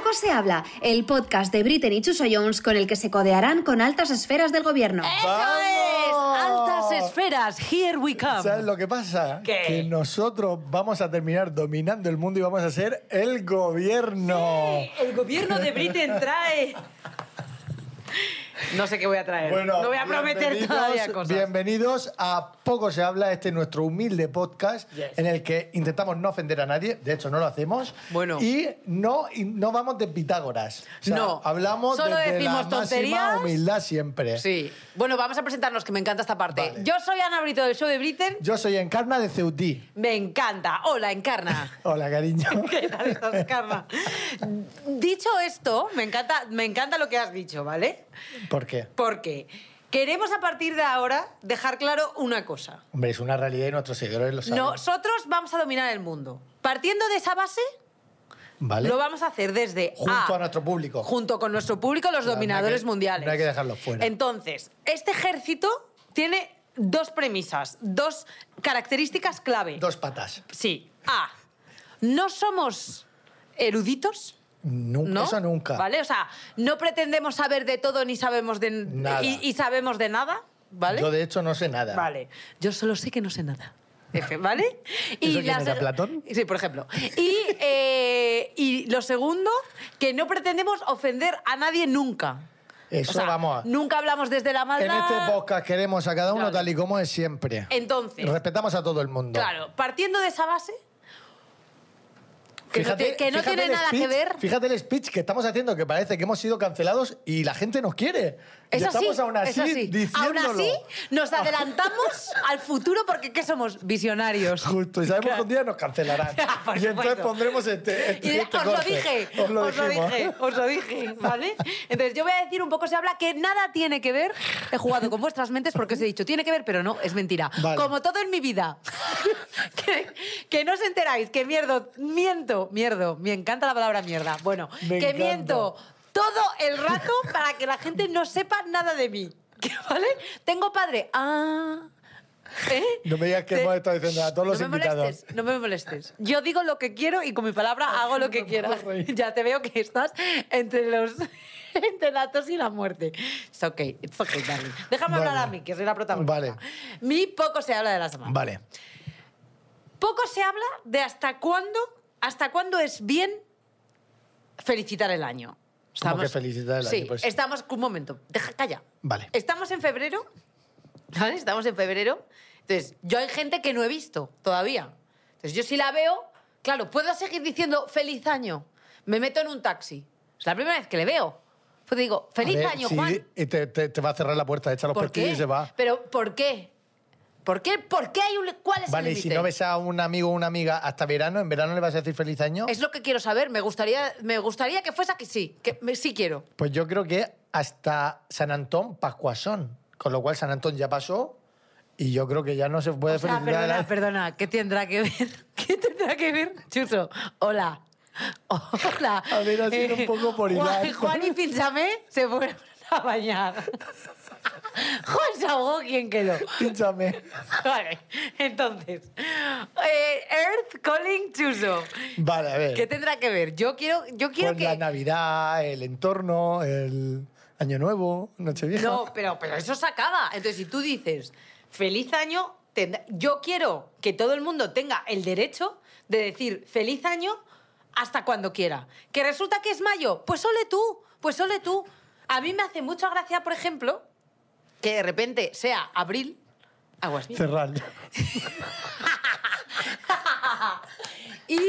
Lejos se habla, el podcast de Britten y Chuso Jones con el que se codearán con altas esferas del gobierno. ¡Vamos! Altas esferas, here we come. ¿Sabes lo que pasa? ¿Qué? Que nosotros vamos a terminar dominando el mundo y vamos a ser el gobierno. El gobierno de Britain trae. No sé qué voy a traer. no voy a prometer bienvenidos- todavía cosas. Bienvenidos a Poco se habla, este es nuestro humilde podcast Yes. en el que intentamos no ofender a nadie, de hecho no lo hacemos. Bueno. Y no, y no vamos de Pitágoras. O sea, No. Hablamos Solo desde la decimos máxima tonterías. humildad siempre. Sí. Bueno, vamos a presentarnos, que me encanta esta parte. Vale. Yo soy Ana Brito del show de Britain. Yo soy Encarna de Ceutí. Me encanta. Hola, Encarna. Hola, cariño. ¿Qué tal estás, Encarna? dicho esto, me encanta, me encanta lo que has dicho, ¿vale? ¿Por qué? Porque queremos a partir de ahora dejar claro una cosa. Hombre, es una realidad y nuestros seguidores lo saben. Nosotros vamos a dominar el mundo. Partiendo de esa base, ¿Vale? lo vamos a hacer desde Junto a nuestro público. junto con nuestro público, los no hay dominadores que- mundiales. no hay que dejarlos fuera. Entonces, este ejército tiene dos premisas, dos características clave. Dos patas. Sí. A. No somos eruditos. Nunca, ¿no? Eso nunca. ¿Vale? O sea, no pretendemos saber de todo ni sabemos de Nada. Y, y sabemos de nada, ¿vale? Yo de hecho no sé nada. Vale. Yo solo sé que no sé nada. Efe, ¿Vale? quién era, Platón? Sí, por ejemplo. Y, eh, y lo segundo, que no pretendemos ofender a nadie nunca. Eso O sea, vamos. a- Nunca hablamos desde la En maldad. este podcast queremos a cada uno Claro. tal y como es siempre. Entonces, Respetamos a todo el mundo. claro, partiendo de esa base, que no Fíjate- te- que no fíjate tiene el nada que speech- ver. Fíjate el speech que estamos haciendo, que parece que hemos sido cancelados y la gente nos quiere. Y Es así, estamos aún así, es así. Aún diciéndolo. así, nos adelantamos al futuro porque ¿qué somos? Visionarios. Justo, y sabemos que un día nos cancelarán. Por y entonces supuesto. pondremos este, este- Y este os lo corte. dije, Os lo, dijimos. dije, os lo dije, ¿vale? Entonces yo voy a decir un poco, se habla que nada tiene que ver, he jugado con vuestras mentes porque os he dicho, tiene que ver, pero no, es mentira. Vale. Como todo en mi vida, que, que no os enteráis, que mierdo, miento, mierdo, me encanta la palabra mierda, bueno, Me que encanta. miento todo el rato para que la gente no sepa nada de mí, ¿vale? Tengo padre, ah... ¿eh? No me digas que Te- hemos estado diciendo a todos los no me invitados. Molestes, no me molestes. Yo digo lo que quiero y con mi palabra hago lo que me quiera. puedo reír. Ya te veo que estás entre los entre la tos y la muerte. It's okay, it's okay, darling. Déjame Vale. hablar a mí, que soy la protagonista. Vale. Mi poco se habla de la semana. Vale. Poco se habla de hasta cuándo, hasta cuándo es bien felicitar el año. ¿Cómo que felicitar el año? Sí, Pues- estamos... Un momento, deja, calla. Vale. Estamos en febrero, ¿vale? Estamos en febrero. Entonces, yo hay gente que no he visto todavía. Entonces, yo si la veo, claro, puedo seguir diciendo feliz año. Me meto en un taxi. Es la primera vez que le veo. Pues digo, feliz A ver, año, sí, Juan. Y te, te- te va a cerrar la puerta, echa los ¿Por pestillos qué? y se va. Pero, ¿por qué? ¿Por qué? ¿Por qué hay un... ¿Cuál es Vale, el y si límite? no ves a un amigo o una amiga hasta verano, ¿en verano le vas a decir feliz año? Es lo que quiero saber. Me gustaría, me gustaría que fuese que sí. Que me- sí quiero. Pues yo creo que hasta San Antón, Pascuasón. Con lo cual San Antón ya pasó y yo creo que ya no se puede O sea, felicitar. a perdona, la- perdona, ¿qué tendrá que ver? ¿Qué tendrá que ver? Chuso, hola. Hola. Eh, A ver, ha sido un poco por Juan, hilar. Juan y Pinchame se fueron a bañar. Juan se ahogó, ¿quién quedó? Pínchame. Vale, entonces. eh, Earth Calling Chuso. Vale, a ver. ¿Qué tendrá que ver? Yo quiero, yo quiero Pues la que... Navidad, el entorno, el Año Nuevo, Nochevieja. No, pero, pero eso se acaba. Entonces, si tú dices, feliz año, tendrá- yo quiero que todo el mundo tenga el derecho de decir feliz año hasta cuando quiera. Que resulta que es mayo, pues ole tú, pues ole tú. A mí me hace mucha gracia, por ejemplo, que de repente sea abril, aguas mil, Cerrar. y,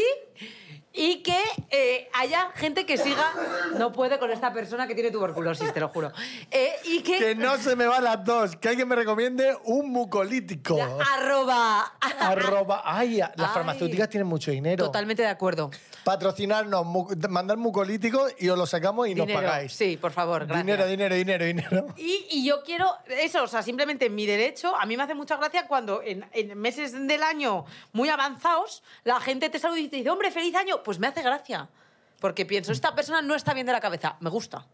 y que eh, haya gente que siga, no puede con esta persona que tiene tuberculosis, te lo juro, Eh, y que... que no se me van las dos. Que alguien me recomiende un mucolítico. Ya, arroba. Arroba. Ay, las Ay. farmacéuticas tienen mucho dinero. Totalmente de acuerdo. Patrocinarnos, mu- mandar mucolíticos y os lo sacamos y Dinero. nos pagáis. Sí, por favor, gracias. dinero, dinero, dinero, dinero. Y, y yo quiero eso, o sea, simplemente mi derecho, a mí me hace mucha gracia cuando en, en meses del año muy avanzados, la gente te saluda y te dice, hombre, feliz año, pues me hace gracia, porque pienso, esta persona no está bien de la cabeza, me gusta.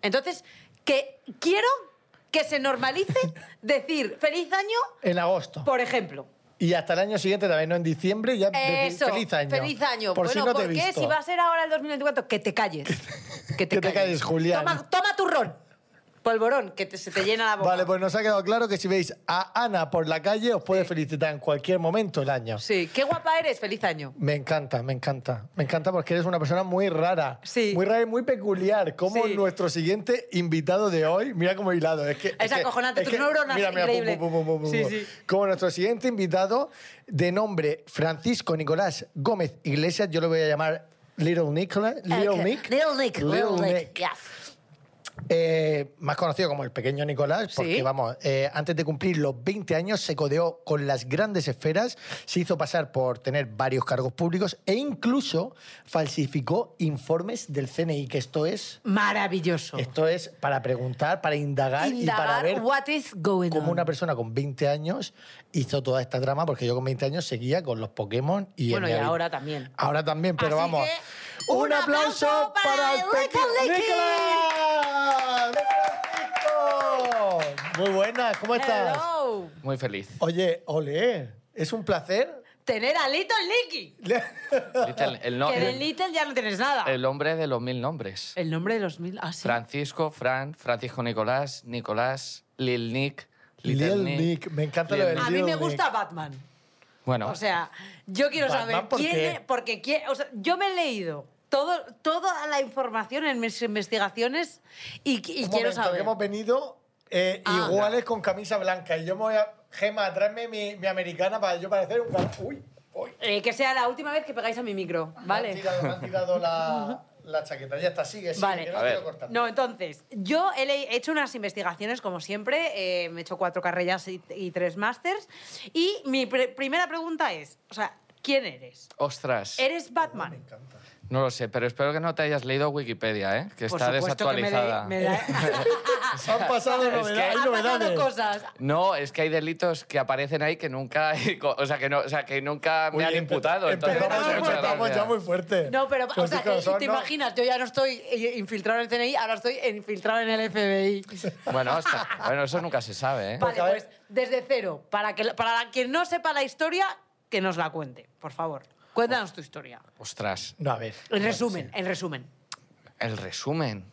Entonces, que quiero que se normalice decir feliz año, En agosto. por ejemplo, Y hasta el año siguiente, también no en diciembre, ya decir, Eso, feliz año. Feliz año. Por bueno, si no te ¿por he qué? visto. Si va a ser ahora el 2024, que te calles. Que te, Que te calles, Julián. Toma, toma turrón. Polvorón, que te- se te llena la boca. Vale, pues nos ha quedado claro que si veis a Ana por la calle, os puede felicitar en cualquier momento el año. Sí, qué guapa eres, feliz año. Me encanta, me encanta. Me encanta porque eres una persona muy rara. Sí. Muy rara y muy peculiar. Como Sí. nuestro siguiente invitado de hoy. Mira cómo hilado. Es, que, Es que- acojonante, tus neuronas, Mira, mira, pum, increíble. pum, pum, pum, pum, Sí, pum. sí. Como nuestro siguiente invitado, de nombre Francisco Nicolás Gómez Iglesias, yo lo voy a llamar Little Nicola- Little Ok. Nick. Eh, Little Nick. Little Nick. yes. Eh, más conocido como el pequeño Nicolás, porque Sí. vamos, eh, antes de cumplir los 20 años se codeó con las grandes esferas, se hizo pasar por tener varios cargos públicos e incluso falsificó informes del CNI, que esto es, Maravilloso. esto es para preguntar, para indagar, y para Indagar ver what is going cómo on. una persona con 20 años hizo toda esta trama, porque yo con 20 años seguía con los Pokémon y... en Bueno, mi y habi- ahora también. Ahora también, pero Así vamos. que, un aplauso para el Little Nicky. Nicolás. ¡Francisco! Muy buenas, ¿cómo estás? Hello. Muy feliz. Oye, ole, es un placer. Tener a Little Nicky. Little- el, no- que de el, Little ya no tienes nada. el hombre de los mil nombres. El nombre de los mil. Ah, sí. Francisco, Fran, Francisco Nicolás, Nicolás, Lil Nick, Little Lil Nick. Nick, me encanta lo Lil del Nick. a mí me Little gusta Batman. Bueno, O sea, yo quiero Batman, saber ¿por quién qué? es- porque quién, o sea, yo me he leído todo, toda la información en mis investigaciones y, y Un quiero momento, que saber. hemos venido eh, Ah. iguales con camisa blanca. Y yo me voy a... Gema, tráeme mi, mi americana para yo parecer un... gal- Uy, uy. Eh, que sea la última vez que pegáis a mi micro, Me han ¿vale? tirado, me han tirado la, la chaqueta. Ya está, sigue, sigue. Vale. que no A te ver. lo cortas. No, entonces, yo he le- he hecho unas investigaciones, como siempre, eh, me he hecho cuatro carreras y, y tres másters, y mi pre- primera pregunta es, o sea, ¿quién eres? ostras, Pues ¿Eres Batman? no lo sé, pero espero que no te hayas leído Wikipedia, ¿eh? que Por está supuesto que me le- desactualizada. me da- Han pasado Es que- novedades. ha hay pasado novedades. cosas. No, es que hay delitos que aparecen ahí que nunca, o sea, que no, o sea, que nunca me Oye, han empe- imputado. entonces, Empezamos, muchas Empezamos empezamos gracias. ya muy fuerte. No, pero, o sea, Francisco, que- son, te ¿no? imaginas, yo ya no estoy eh, infiltrado en el CNI, ahora estoy infiltrado en el FBI. Bueno, hasta- bueno, eso nunca se sabe, ¿eh? Vale, a ver- pues desde cero, para que para quien no sepa la historia, que nos la cuente, por favor. Cuéntanos tu historia. Ostras, No, a ver. En resumen, en resumen. el resumen.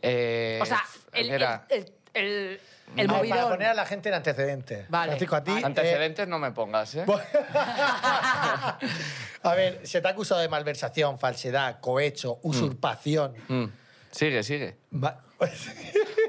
Eh, O sea, f- el, era- el, el, el- el Ah, Para movidón. poner a la gente en antecedentes. Vale. Francisco, a ti. eh, antecedentes no me pongas, ¿eh? a ver, se te ha acusado de malversación, falsedad, cohecho, usurpación. Mm. Sigue, sigue. Va- O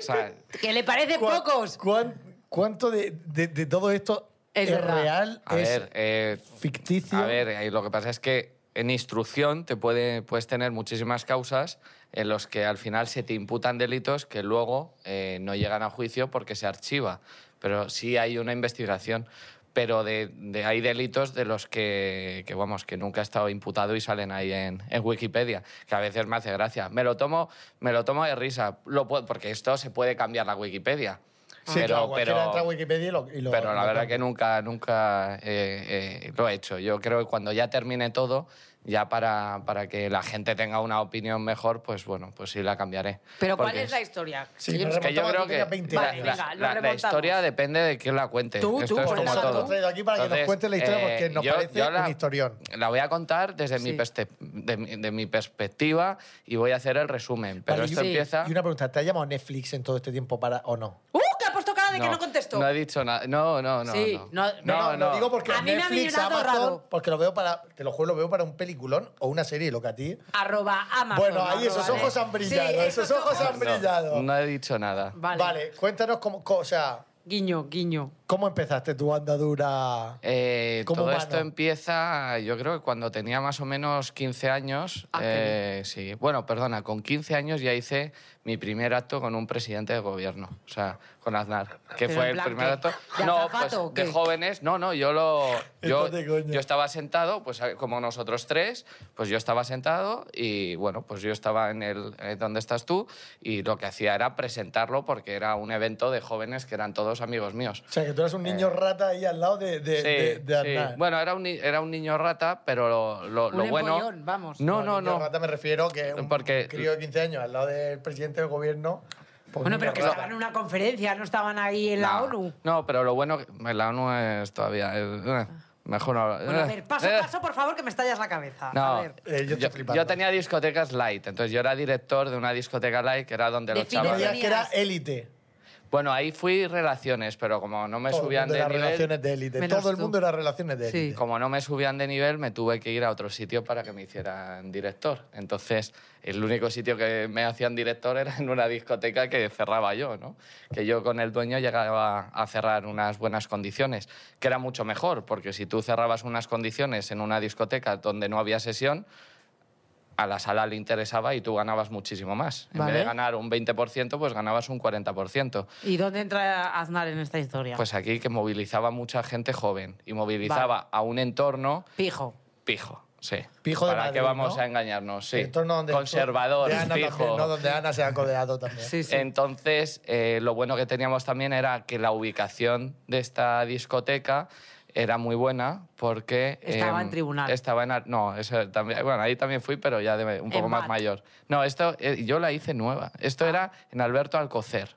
sea, Que le parece ¿Cuán- pocos. cuán- ¿Cuánto de, de- de todo esto Es es, verdad. real? a es ver, eh, ficticio. a ver, eh, lo que pasa es que en instrucción te puede, puedes tener muchísimas causas en los que al final se te imputan delitos que luego eh, no llegan a juicio porque se archiva. Pero sí hay una investigación. Pero de, de- hay delitos de los que, que, vamos, que nunca ha estado imputado y salen ahí en, en Wikipedia, que a veces me hace gracia. Me lo tomo, me lo tomo de risa, lo, puedo- porque esto se puede cambiar la Wikipedia. Sí, claro, cualquiera entra a Wikipedia y lo. y lo- Pero la lo verdad cuenta. que nunca, nunca eh, eh, lo he hecho. Yo creo que cuando ya termine todo, ya para, para que la gente tenga una opinión mejor, pues bueno, pues sí la cambiaré. Pero ¿cuál Porque es la historia? Sí, nos es que yo remontamos a creo que tenías 20 que la, años. Vale, la- venga, lo la- la remontamos. historia depende de quién la cuente. Tú, tú, Esto es pues como la todo. eh, hemos traído aquí para que nos cuentes la historia porque nos parece yo un historión. La voy a contar desde mi Sí. perste- de, mi- de mi perspectiva y voy a hacer el resumen. Pero Vale, esto y, empieza... y una pregunta, ¿te ha llamado Netflix en todo este tiempo para o no? ¡Uh! Que ha puesto cara de que no contestó. he dicho nada. No, no, no. Sí, no- no, no, Lo digo porque A mí me ha Netflix, mirado Amazon, raro. porque lo veo para, te lo juro, lo veo para un peliculón o una serie, lo que a ti. Arroba Amazon. bueno, ahí esos arroba- ojos han brillado, Sí, esos ojos han No, brillado. No he dicho nada. Vale. Vale, cuéntanos cómo, co- o sea, Guiño, guiño. cómo empezaste tu andadura. Eh, Como todo humano. esto empieza, yo creo que cuando tenía más o menos 15 años. Ah, qué eh, sí, bueno, perdona, con 15 años ya hice mi primer acto con un presidente de gobierno, o sea, con Aznar, que Pero en fue el plan, primer ¿qué? acto. ¿De No, azafato pues o qué? de jóvenes, no, no, yo lo. Yo, Estás de coña. yo estaba sentado, pues como nosotros tres, pues yo estaba sentado y bueno, pues yo estaba en el eh, donde estás tú y lo que hacía era presentarlo porque era un evento de jóvenes que eran todos amigos míos. O sea, que tú eras un niño rata ahí al lado de, de, eh. de- Sí, de sí. Aznar. Bueno, era un, ni- era un niño rata, pero lo, lo- Un lo bueno. empollón, vamos. No, no, niño no. rata me refiero que un Porque- crío de 15 años al lado del presidente del gobierno. Pues bueno, mira, pero que raro. estaban en una conferencia, no estaban ahí en la No, ONU. Ah. No, pero lo bueno que en la ONU es todavía... eh, mejor no hablar. Bueno, a ver, paso Eh, a paso, por favor, que me estallas la cabeza. No, A ver. Eh, yo estoy flipando. yo tenía discotecas light, entonces yo era director de una discoteca light que era donde los Define Me chavales... digas que era tenías- élite. Bueno, ahí fui relaciones, pero como no me Todo el subían mundo de era nivel, relaciones de élite. Menos Todo el tú. mundo era relaciones de Sí. élite. como no me subían de nivel, me tuve que ir a otro sitio para que me hicieran director. Entonces, el único sitio que me hacían director era en una discoteca que cerraba yo, ¿no? Que yo con el dueño llegaba a cerrar unas buenas condiciones, que era mucho mejor, porque si tú cerrabas unas condiciones en una discoteca donde no había sesión, a la sala le interesaba y tú ganabas muchísimo más. En vez Vale. de ganar un 20%, pues ganabas un 40%. ¿Y dónde entra Aznar en esta historia? Pues aquí que movilizaba mucha gente joven y movilizaba Vale. a un entorno Pijo. pijo, sí. Pijo de ¿Para Madrid, qué vamos ¿no? a engañarnos? Sí. El entorno donde- Conservador, de Ana pijo. también, ¿no? Donde Ana se ha codeado también. Sí, sí. Entonces, eh, lo bueno que teníamos también era que la ubicación de esta discoteca era muy buena porque... Estaba em, en tribunal. Estaba en... ar- No, eso también, bueno, ahí también fui, pero ya de- un poco En más Bat. mayor. No, esto eh, yo la hice nueva. Esto era en Alberto Alcocer.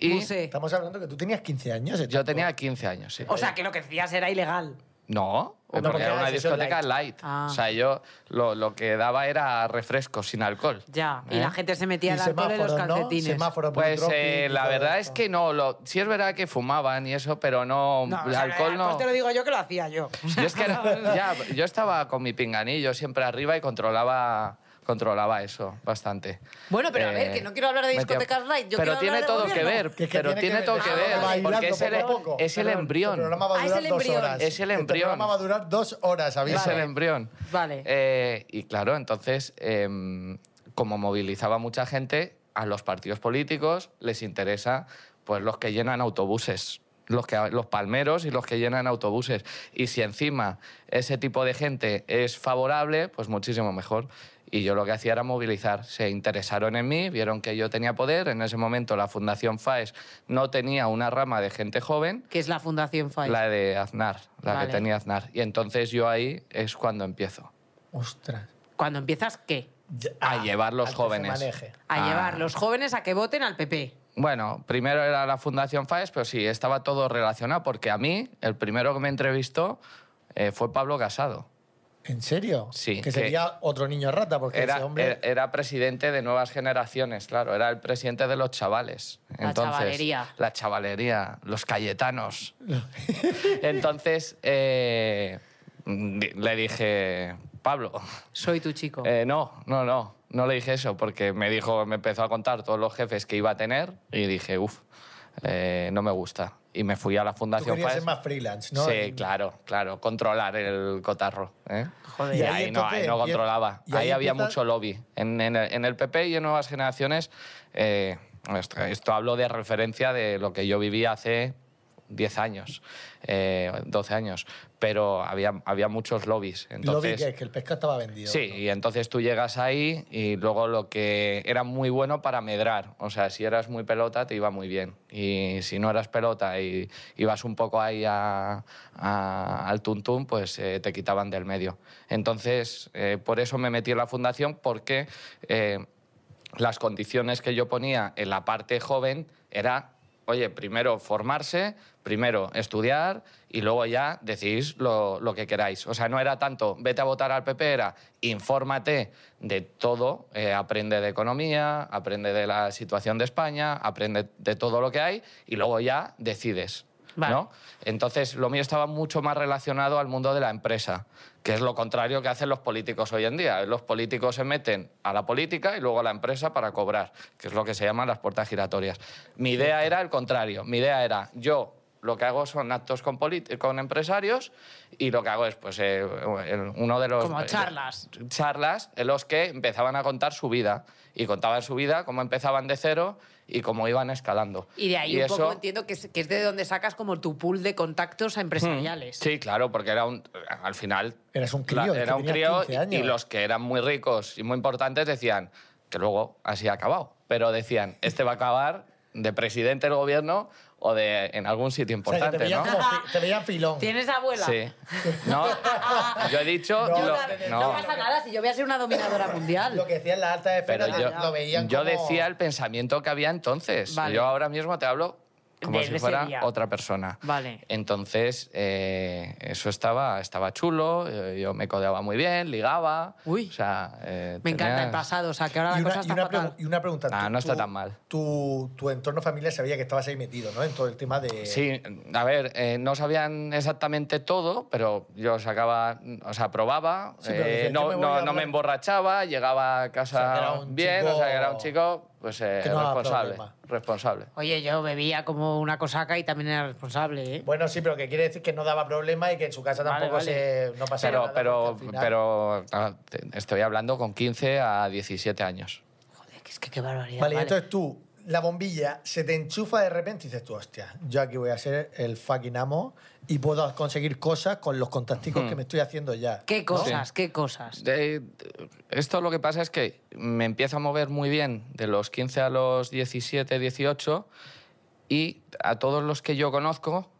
Y Muse. Estamos hablando que tú tenías 15 años. ¿eh? yo tenía 15 años, sí. O sea, que lo que decías era ilegal. No, porque, porque era era una sesión discoteca light. Ah. O sea, yo lo, lo que daba era refrescos sin alcohol. Ya. Y ¿Eh? la gente se metía Y el alcohol en los semáforos, ¿no? calcetines. Semáforos, Pues blue eh, dropping y la todo verdad es esto. que no, lo, sí es verdad que fumaban y eso, pero no, No, o el sea, alcohol no. te lo digo yo que lo hacía yo. Yo es que era- ya, yo estaba con mi pinganillo siempre arriba y controlaba controlaba eso bastante. Bueno, pero a ver, que no quiero hablar de metía- discotecas light, yo quiero pero tiene hablar del todo que gobierno. ver, Que- que pero tiene todo que ver. ver, Ah, Vamos porque bailando es el, em- poco a poco. es el Perdón, embrión. El programa va a Ah, es durar el dos embrión. horas. Es el Este embrión. programa va a durar dos horas, Es avisa. el em- embrión. Vale. Eh, y claro, entonces, em, como movilizaba mucha gente, a los partidos políticos les interesa pues los que llenan autobuses. Los, que, los palmeros y los que llenan autobuses. Y si encima ese tipo de gente es favorable, pues muchísimo mejor. Y yo lo que hacía era movilizar. Se interesaron en mí, vieron que yo tenía poder. En ese momento la Fundación FAES no tenía una rama de gente joven. Que es la Fundación Fai. La de Aznar, la Vale. que tenía Aznar. Y entonces yo ahí es cuando empiezo Ostras. Cuando empiezas, ¿qué? Ya- a llevar al los que se jóvenes. maneje. A Ah. llevar los jóvenes a que voten al PP. Bueno, primero era la Fundación FAES, pero sí, estaba todo relacionado porque a mí el primero que me entrevistó eh, fue Pablo Casado. ¿En serio? Sí, Que que- sería otro niño rata, porque Era, ese hombre... era- era presidente de nuevas generaciones, claro, era el presidente de los chavales. La Entonces, chavalería. La chavalería, los cayetanos. Entonces, eh, di- le dije, Pablo, Soy tu chico. Eh, no, no, no. No le dije eso porque me dijo, me empezó a contar todos los jefes que iba a tener y dije, uff, no me gusta. Y me fui a la Tú fundación. querías FAES. ser más freelance, ¿no? Sí, Y- claro, claro, controlar el cotarro. ¿eh? Joder. Y, Y ahí ahí, no, ahí entonces no empieza- controlaba. y ahí ahí había empieza- mucho lobby. En, en el, en el PP y en Nuevas Generaciones, eh, esto, esto hablo de referencia de lo que yo viví hace 10 años, eh, 12 años, pero había, había muchos lobbies. Lo vi Entonces, que, que el pescado estaba vendido. Sí, y entonces tú llegas ahí y luego lo que era muy bueno para medrar. O sea, si eras muy pelota te iba muy bien. Y si no eras pelota y ibas un poco ahí a- a- al tuntún, pues eh, te quitaban del medio. Entonces, eh, por eso me metí en la fundación porque eh, las condiciones que yo ponía en la parte joven era, oye, primero formarse, primero estudiar y luego ya decidís lo, lo que queráis. O sea, no era tanto, vete a votar al PP, era infórmate de todo, eh, aprende de economía, aprende de la situación de España, aprende de todo lo que hay y luego ya decides. Vale. ¿no? Entonces, lo mío estaba mucho más relacionado al mundo de la empresa, que es lo contrario que hacen los políticos hoy en día. Los políticos se meten a la política y luego a la empresa para cobrar, que es lo que se llaman las puertas giratorias. Mi idea era el contrario. Mi idea era yo. Lo que hago son actos con, polit- con empresarios y lo que hago es, pues, eh, el- uno de los... eh, Como charlas. Charlas en los que empezaban a contar su vida. Y contaban su vida, cómo empezaban de cero y cómo iban escalando. Y de ahí un eso- poco entiendo que es, que es de donde sacas como tu pool de contactos empresariales. Sí, claro, porque era un, al final... Eras un crío, Claro, es que Era un tenías crío 15 años. y los que eran muy ricos y muy importantes decían que luego así ha acabado. Pero decían, este va a acabar de presidente del gobierno o de, en algún sitio O sea, que importante, te veían ¿no? como fi- te veían filón. ¿Tienes abuela? Sí. No, yo he dicho... No, Yo lo- también- no. no. pasa nada si yo voy a ser una dominadora mundial. Lo que decían las altas Pero esferas ah, yo, lo veían yo como... decía el pensamiento que había entonces. Vale. Yo ahora mismo te hablo como De si ese fuera día. otra persona. Vale. Entonces, eh, eso estaba, estaba chulo, eh, yo me codeaba muy bien, ligaba. Uy. O sea, eh, Me encanta el tenías- pasado, o sea, que ahora la Y una, cosa y está una pregu- fatal. y una pregunta. Ah, tú- no está tú- tan mal. Tu, tu entorno familiar sabía que estabas ahí metido, ¿no? En todo el tema de... Sí, a ver, eh, no sabían exactamente todo, pero yo sacaba, o sea, probaba, Sí, pero eh, decías, yo no, me voy no- a no me hablar- emborrachaba, O llegaba a sea, que casa era un bien, o sea, que era un chico chico pues, eh, que no daba responsable, problema. responsable. Oye, yo bebía como una cosaca y también era responsable, ¿eh? Bueno, sí, pero que quiere decir que no daba problema y que en su casa Vale, tampoco se... No pasaba Pero, nada. pero, porque al final- pero ah, te- estoy hablando con 15 a 17 años. Joder, que es que qué barbaridad. Vale, y vale. entonces tú, la bombilla se te enchufa de repente y dices tú, hostia, yo aquí voy a ser el fucking amo y puedo conseguir cosas con los contacticos Hmm. que me estoy haciendo ya. ¿Qué cosas? Sí. ¿Qué cosas? De- de- esto lo que pasa es que me empiezo a mover muy bien de los 15 a los 17, 18 y a todos los que yo conozco,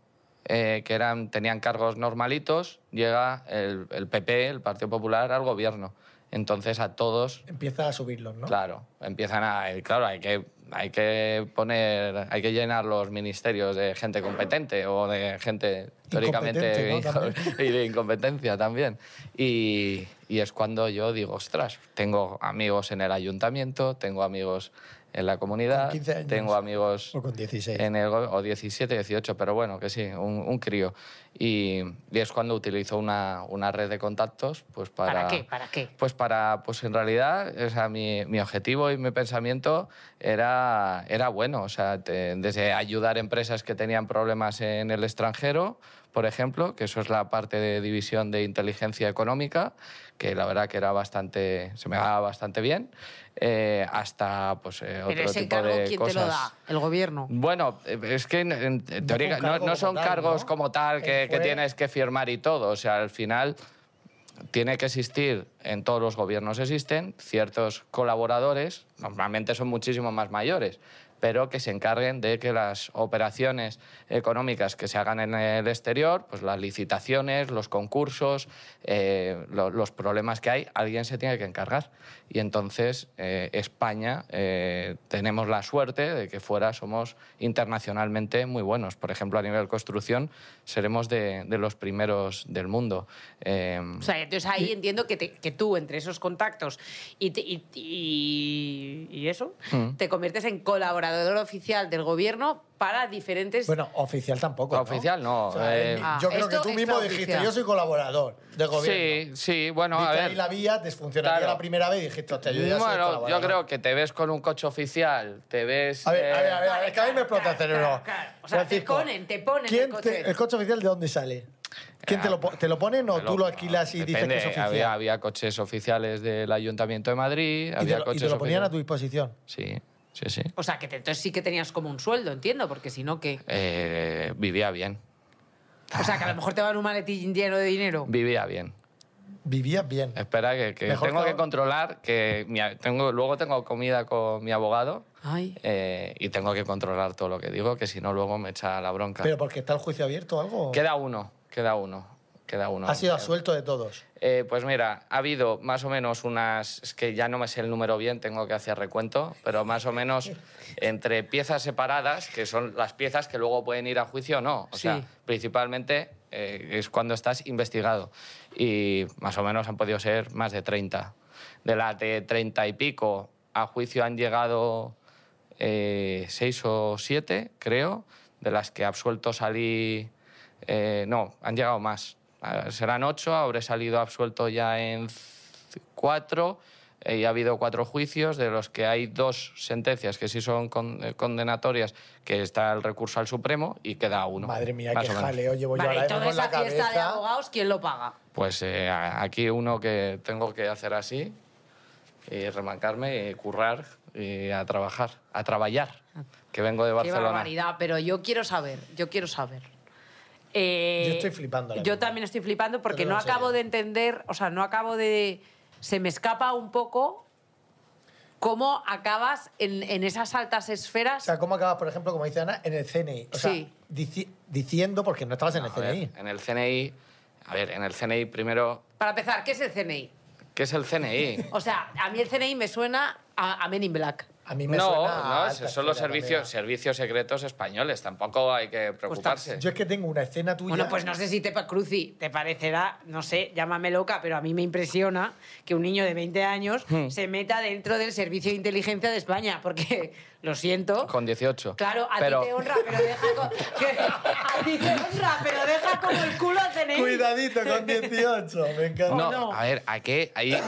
eh, que eran, tenían cargos normalitos, llega el, el PP, el Partido Popular, al gobierno. Entonces a todos, Empiezas a subirlos, ¿no? claro, empiezan a... eh, Claro, hay que, hay que poner, hay que llenar los ministerios de gente competente o de gente teóricamente Incompetente, ¿no? También. y de incompetencia también. Y, y es cuando yo digo, ostras, tengo amigos en el ayuntamiento, tengo amigos en la comunidad, Con 15 años. tengo amigos O con 16. en el, go- o 17, 18, pero bueno, que sí, un, un crío. Y, y es cuando utilizo una, una red de contactos pues para... ¿Para qué? ¿Para qué? Pues para, pues en realidad, o sea, mi, mi objetivo y mi pensamiento era, era bueno. O sea, te- desde ayudar empresas que tenían problemas en el extranjero, por ejemplo, que eso es la parte de división de inteligencia económica, que la verdad que era bastante, se me daba bastante bien, eh, hasta pues, eh, otro Pero ese tipo cargo, de ¿quién cosas. te lo da? ¿El gobierno? Mm. Bueno, eh, es que en- en un teoría no, cargo no como son tal, cargos ¿no? como tal que, Él que fue- tienes que firmar y todo. O sea, al final tiene que existir, en todos los gobiernos existen, ciertos colaboradores, normalmente son muchísimo más mayores, pero que se encarguen de que las operaciones económicas que se hagan en el exterior, pues las licitaciones, los concursos, eh, lo- los problemas que hay, alguien se tiene que encargar. Y entonces eh, España eh, tenemos la suerte de que fuera somos internacionalmente muy buenos. Por ejemplo, a nivel construcción seremos de, de los primeros del mundo. Em, O sea, entonces ahí entiendo que, te- que tú, entre esos contactos y, te- y- y- y eso, Mm. te conviertes en colaborador oficial del gobierno para diferentes... Bueno, oficial tampoco. ¿no? Oficial no, O sea, eh, yo Ah, creo que esto- tú mismo esto dijiste, oficial. yo soy colaborador de gobierno. Sí, sí, bueno, Viste a ahí ver. la vía, desfuncionaría Claro. la primera vez y dijiste, hostia, yo ya soy Bueno, yo colaborador. creo que te ves con un coche oficial, te ves. A ver, a ver, eh, a ver, a ver, es que a mí me explota el cerebro. claro, claro. O sea, te ponen, te ponen el ¿quién coche. te- el coche oficial de dónde sale? ¿Quién te lo, po- te lo ponen o me tú lo alquilas y depende, dices que es oficial? Había, había coches oficiales del Ayuntamiento de Madrid, y, te había lo, y te coches lo ponían a tu oficiales- disposición. Sí, sí, sí. O sea, que te- entonces sí que tenías como un sueldo, entiendo, porque si no, ¿qué? Eh, vivía bien, O sea, que a lo mejor te van un maletín lleno de dinero. vivía bien. Vivías bien. Espera, que, que Mejor tengo que que ahora. controlar, que mi a- tengo, luego tengo comida con mi abogado Ay. eh, y tengo que controlar todo lo que digo, que si no luego me echa la bronca. Pero porque está el juicio abierto o algo. Queda uno, queda uno, queda uno. ha sido Eh, asuelto de todos. Eh, pues mira, ha habido más o menos unas, es que ya no me sé el número bien, tengo que hacer recuento, pero más o menos entre piezas separadas, que son las piezas que luego pueden ir a juicio o no. O Sí. sea, principalmente eh, es cuando estás investigado. Y más o menos han podido ser más de 30. De las de 30 y pico a juicio han llegado eh, seis o siete, creo, de las que absuelto salí... eh, no, han llegado más. Ah, Serán ocho, habré salido absuelto ya en c- cuatro eh, y ha habido cuatro juicios, de los que hay dos sentencias que sí son con- eh, condenatorias, que está el recurso al Supremo y queda uno. Madre mía, más qué o menos. jaleo llevo pues yo Vale, ahora y mismo toda con esa la fiesta de cabeza. abogados, ¿quién lo paga? Pues eh, a- aquí uno que tengo que hacer así, y remancarme, y currar, y a trabajar, a trabajar, que vengo de Ah. Qué Barcelona. barbaridad, pero yo quiero saber, yo quiero saber. Eh, Yo estoy flipando ahora Yo mismo. también estoy flipando Te porque lo no digo en acabo serio. de entender, o sea, no acabo de... Se me escapa un poco cómo acabas en, en esas altas O esferas. sea, ¿cómo acabas, por ejemplo, como dice Ana, en el CNI? O sea, Sí. dici- diciendo, porque no estabas en el E. A ver, CNI. en el CNI, a ver, en el CNI primero, Para empezar, ¿qué es el CNI? ¿qué es el CNI? O sea, a mí el CNI me suena a, a Men in Black. A mí me no, suena a no, alta esos son los esfera servicios, también. servicios secretos españoles, tampoco hay que preocuparse. Yo es que tengo una escena tuya. Bueno, pues no sé si te pa- Cruci, te parecerá, no sé, llámame loca, pero a mí me impresiona que un niño de 20 años Hmm. se meta dentro del Servicio de Inteligencia de España, porque lo siento. Con 18. Claro, a Pero- ti te honra, pero deja co- que- a ti te honra, pero deja como el culo al CNI. Cuidadito con 18, me encanta. No, Oh, no? a ver, aquí hay,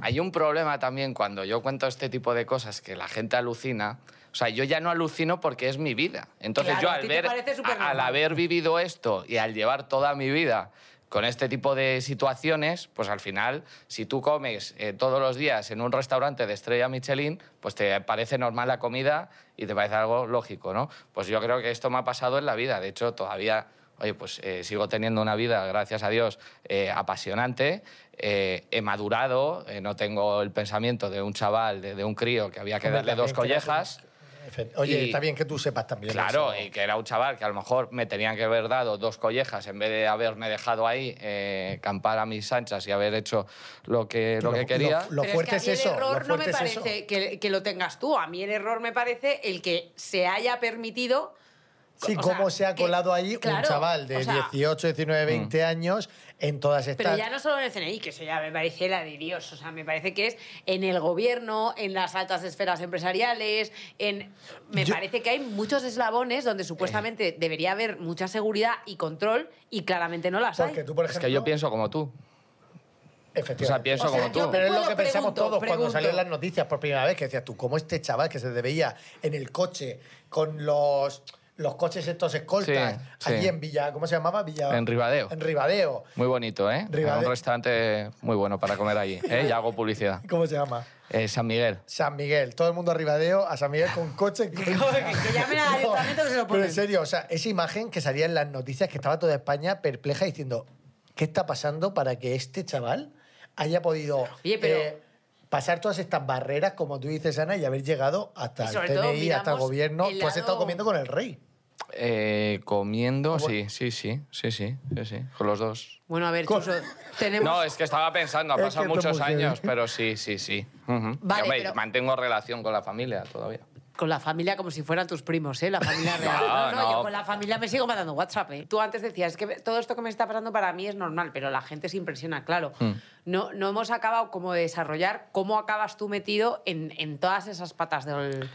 hay un problema también cuando yo cuento este tipo de cosas que la gente alucina. O sea, yo ya no alucino porque es mi vida. Entonces Claro, yo a al ti te ver, parece supernormal. a- al haber vivido esto y al llevar toda mi vida con este tipo de situaciones, pues al final, si tú comes eh, todos los días en un restaurante de estrella Michelin, pues te parece normal la comida y te parece algo lógico, ¿no? Pues yo creo que esto me ha pasado en la vida. De hecho, todavía oye, pues eh, sigo teniendo una vida, gracias a Dios, eh, apasionante. Eh, he madurado, eh, no tengo el pensamiento de un chaval, de, de un crío que había que Hombre, darle dos también que era collejas. Efect- Oye, Y- está bien que tú sepas también. Claro, eso. y que era un chaval que a lo mejor me tenían que haber dado dos collejas en vez de haberme dejado ahí eh, campar a mis anchas y haber hecho lo que, lo, que quería. Lo, Pero fuerte es, es, que a eso. mí El error lo no me fuerte es eso. parece que, que lo tengas tú. A mí el error me parece el que se haya permitido. Sí, o sea, cómo eh, se ha que- colado ahí un claro, chaval de o sea, 18, mm. 19, 20 años en todas estas. Pero ya no solo en el CNI, que eso ya me parece la de Dios. O sea, me parece que es en el gobierno, en las altas esferas empresariales, en... Me Yo- Eh. parece que hay muchos eslabones donde supuestamente debería haber mucha seguridad y control y claramente no las hay. Porque tú, por Es ejemplo. que yo pienso como tú. Efectivamente. o sea, pienso O sea, como yo- tú. Pero es lo que Bueno, pensamos pregunto, todos cuando pregunto. salieron las noticias por primera vez, que decías tú, ¿cómo este chaval que se te veía en el coche con los, los coches estos escoltas Sí, allí sí. en Villa, ¿cómo se llamaba? Villa, En Ribadeo. En Ribadeo. Muy bonito, ¿eh? Ribadeo. Un restaurante muy bueno para comer allí. ¿eh? Ya hago publicidad. ¿Cómo se llama? Eh, San Miguel. San Miguel, todo el mundo a Ribadeo, a San Miguel con coche. que llamen al ayuntamiento que se Pero lo en ponen. serio, o sea, esa imagen que salía en las noticias, que estaba toda España perpleja diciendo, ¿qué está pasando para que este chaval haya podido eh, Oye, pero- pasar todas estas barreras, como tú dices, Ana, y haber llegado hasta Y el sobre todo, TNI, hasta el miramos gobierno? el Pues he estado lado- comiendo con el rey. Eh, comiendo, Como- sí, sí, sí, sí, sí, sí, sí, con los dos. Bueno, a ver, Con- Chuso, tenemos... No, es que estaba pensando, ha Es pasado que ¿eh? es muchos como que- años, pero sí, sí, sí. Ujú. Vale, Y, hombre, pero- Mantengo relación con la familia todavía. Con la familia como si fueran tus primos, ¿eh? La familia real. No, yo no. con la familia me sigo mandando WhatsApp, ¿eh? Tú antes decías que todo esto que me está pasando para mí es normal, pero la gente se impresiona, claro. Hmm. No, no hemos acabado como de desarrollar cómo acabas tú metido en, en todas esas patas del...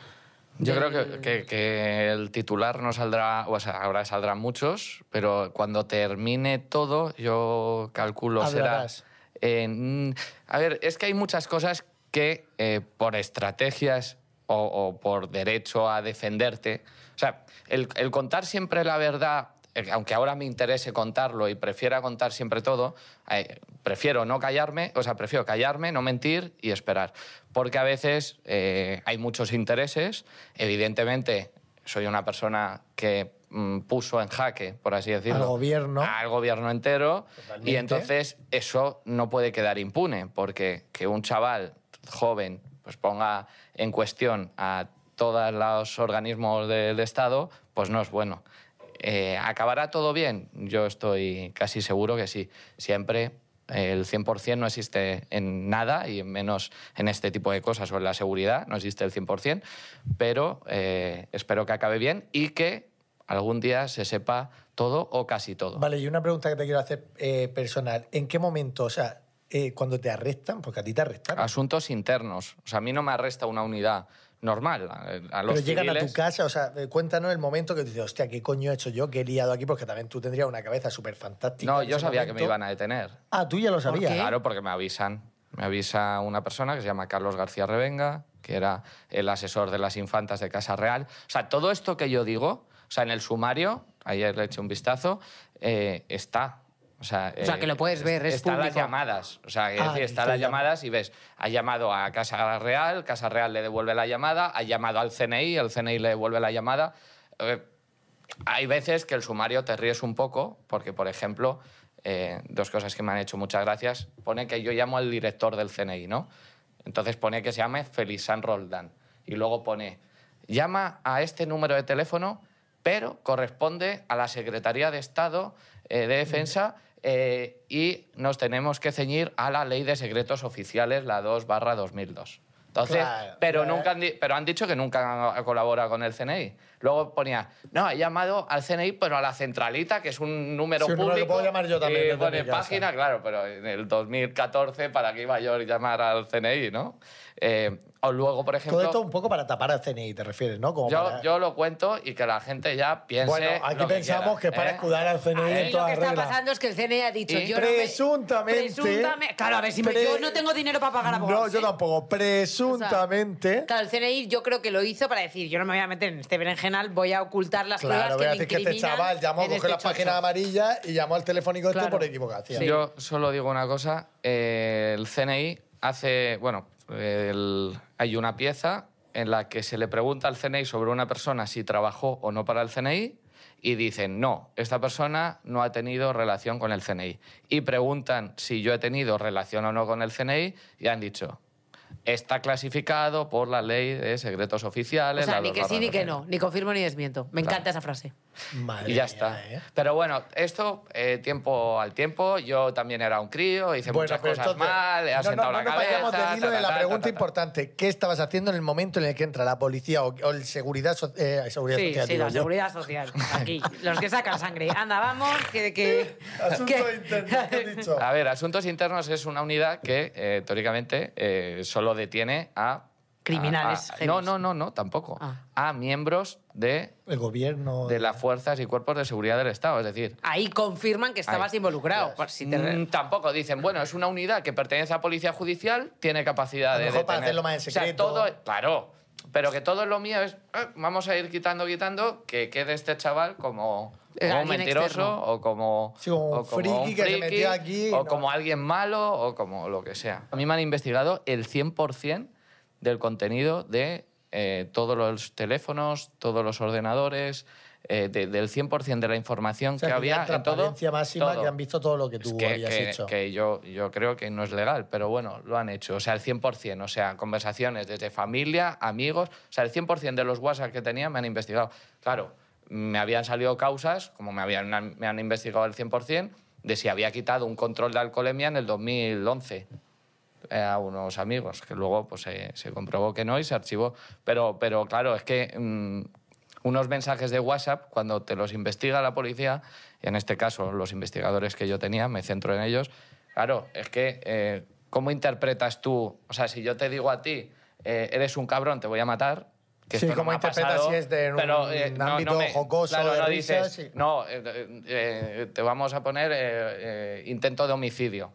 Yo del- creo que, que- que el titular no saldrá, o sea, ahora saldrán muchos, pero cuando termine todo, yo calculo Hablarás. será. en- a ver, es que hay muchas cosas que eh, por estrategias o, o por derecho a defenderte. O sea, el, el contar siempre la verdad, eh, aunque ahora me interese contarlo y prefiera contar siempre todo, eh, prefiero no callarme, o sea, prefiero callarme, no mentir y esperar. Porque a veces eh, hay muchos intereses. Evidentemente, soy una persona que mm, puso en jaque, por así decirlo, gobierno. al gobierno entero. Totalmente. Y entonces eso no puede quedar impune, porque que un chaval joven pues ponga en cuestión a todos los organismos del Estado, pues no es bueno. Eh, ¿Acabará todo bien? Yo estoy casi seguro que sí. Siempre eh, el 100% no existe en nada y menos en este tipo de cosas o en la seguridad, no existe el 100%, pero eh, espero que acabe bien y que algún día se sepa todo o casi todo. Vale, y una pregunta que te quiero hacer eh, personal. ¿En qué momento, o sea, eh, cuando te arrestan, porque a ti te arrestaron, asuntos internos. O sea, a mí no me arresta una unidad normal. A, a los pero llegan a civiles- tu casa, o sea, eh, cuéntanos el momento que dices, hostia, ¿qué coño he hecho yo? ¿Qué he liado aquí? Porque también tú tendrías una cabeza súper fantástica. No, en yo ese sabía que me momento. iban a detener. Ah, tú ya lo sabías. qué? Claro, porque me avisan. Me avisa una persona que se llama Carlos García Revenga, que era el asesor de las infantas de Casa Real. O sea, todo esto que yo digo, o sea, en el sumario, ayer le eché un vistazo, eh, está. O sea, O sea, eh, que lo puedes ver, es Están las público. llamadas. O sea, es Ah, está decir, están las la llamada. llamadas y ves, ha llamado a Casa Real, Casa Real le devuelve la llamada, ha llamado al CNI, el CNI le devuelve la llamada. Eh, hay veces que el sumario te ríes un poco, porque, por ejemplo, eh, dos cosas que me han hecho muchas gracias, pone que yo llamo al director del CNI, ¿no? Entonces pone que se llame Felizán Roldán. Y luego pone, llama a este número de teléfono, pero corresponde a la Secretaría de Estado eh, de Defensa eh, y nos tenemos que ceñir a la Ley de Secretos Oficiales, la 2 barra 2002. Entonces, Claro, pero, claro. nunca han di- pero han dicho que nunca han colaborado con el CNI. Luego ponía, no, he llamado al CNI, pero a la centralita, que es un número Sí, un número público. que puedo llamar yo también Y desde pone mi casa. página, claro, pero en el 2014, ¿para qué iba yo a llamar al CNI, no? Eh, o luego, por ejemplo... Todo esto un poco para tapar al CNI, te refieres, ¿no? Como Yo, para- yo lo cuento y que la gente ya piense. Bueno, aquí lo que pensamos que quiera, es para ¿eh? escudar al CNI Ahí en lo toda que está regla. pasando es que el CNI ha dicho... Y yo no me- presuntamente- presuntamente- Claro, a ver, si me- Pre- yo no tengo dinero para pagar abogados. No, yo ¿eh? tampoco. Presuntamente. Claro, el CNI yo creo que lo hizo para decir, yo no me voy a meter en este berenjenal, voy a ocultar las Claro, voy a pruebas que me decir que este incriminan chaval llamó, en cogió este la página chocho". amarilla y llamó al telefónico esto Claro. por equivocación. Yo solo digo una cosa. eh, el CNI hace... Bueno, el- hay una pieza en la que se le pregunta al CNI sobre una persona si trabajó o no para el CNI y dicen, no, esta persona no ha tenido relación con el CNI. Y preguntan si yo he tenido relación o no con el CNI y han dicho... Está clasificado por la ley de secretos O oficiales. sea, la ni dos que sí barra ni que 2000. no, ni confirmo ni desmiento. Me encanta Claro. esa frase. Madre Y ya mía, está. ¿eh? Pero bueno, esto eh, tiempo al tiempo. Yo también era un crío, hice muchas pero cosas entonces, mal, he no, no, asentado la no nos cabeza. vayamos del hilo ta, de ta, la ta, pregunta ta, ta. importante. ¿Qué estabas haciendo en el momento en el que entra la policía o, o el seguridad, so- eh, seguridad Sí, social? sí, digo la yo? seguridad social. Aquí, los que sacan sangre. Anda, vamos, que... que Asunto que- interno, ¿qué has dicho? A ver, Asuntos Internos es una unidad que eh, teóricamente eh, solo detiene a. Criminales a- a- no, heavies. no, no, no, tampoco. Ah. A miembros de, El gobierno. de las fuerzas y cuerpos de seguridad del Estado. Es decir, Ahí confirman que estabas Ahí. involucrado. por Pues si te- Mm, tampoco dicen, bueno, es una unidad que pertenece a policía judicial, tiene capacidad A lo de. mejor para detener. hacerlo más en secreto. O sea, todo, claro. Pero que todo lo mío es, "Ah, vamos a ir quitando, quitando, que quede este chaval como, Eh, como un alguien mentiroso externo. o como, Sí, como un o friki que se metió aquí, o no. como alguien malo o como lo que sea. A mí me han investigado el 100% del contenido de eh, todos los teléfonos, todos los ordenadores, eh, de- del 100% de la información o sea, que había tenían en todo. transparencia máxima todo. que han visto todo lo que Es tú que, habías que- hecho. que yo, yo creo que no es legal, pero bueno, lo han hecho. O sea, el 100%, o sea, conversaciones desde familia, amigos, o sea, el 100% de los WhatsApp que tenía me han investigado. Claro, me habían salido causas, como me, habían, me han investigado el 100%, de si había quitado un control de alcoholemia en el 2011 eh, a unos amigos, que luego pues, se- se comprobó que no y se archivó. Pero, pero claro, es que mm, unos mensajes de WhatsApp, cuando te los investiga la policía, y en este caso los investigadores que yo tenía, me centro en ellos, claro, es que eh, ¿cómo interpretas tú? O sea, si yo te digo a ti, eh, eres un cabrón, te voy a matar. Que Sí, esto no ¿cómo me ha interpretas pasado, si es de un pero, eh, no- no ámbito me- jocoso, claro, de no risas, dices, sí. no, eh, eh, eh, te vamos a poner eh, eh, intento de homicidio.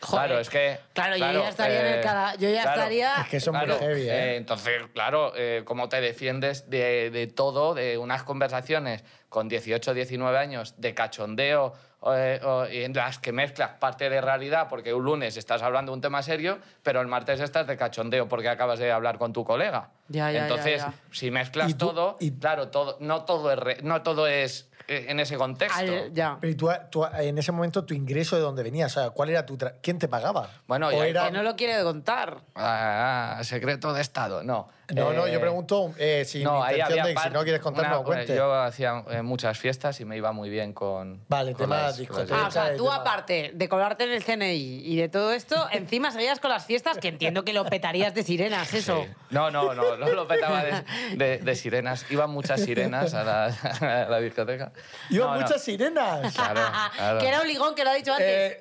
Joder. Claro, eh, es que. Claro, eh, yo ya estaría en el cada- yo ya estaría- Es que son muy heavy, ¿eh? entonces, claro, eh, cómo te defiendes de, de todo, de unas conversaciones con 18, 19 años de cachondeo, eh, o- en las que mezclas parte de realidad, porque un lunes estás hablando de un tema serio, pero el martes estás de cachondeo porque acabas de hablar con tu colega. Ya, ya, ya, entonces, ya. si mezclas Y tú- todo, y- claro, todo, no todo es, re- no todo es eh, en ese contexto. Al- ya. Pero ¿y tú, tú, en ese momento, tu ingreso de dónde venías? O sea, ¿cuál era tu. tra- ¿Quién te pagaba? Bueno, O y ahí era- Que no lo quiere contar. Ah, secreto de Estado, no. No, no, Eh, yo pregunto eh, sin no, ahí intención había de que si par- no quieres contar, una- eh, no cuentes. Yo hacía eh, muchas fiestas y me iba muy bien con. Vale, con tema las- discoteca. con las- Ah, o sea, Claro, tú claro. aparte de colarte en el CNI y de todo esto, encima seguías con las fiestas, que entiendo que lo petarías de sirenas, eso. Sí. No, no, no, no lo petaba de, de- de sirenas. Iban muchas sirenas a la, a la discoteca. Iban No, no, muchas sirenas. Ah, Claro, claro. que era un ligón, que lo ha dicho antes. Eh,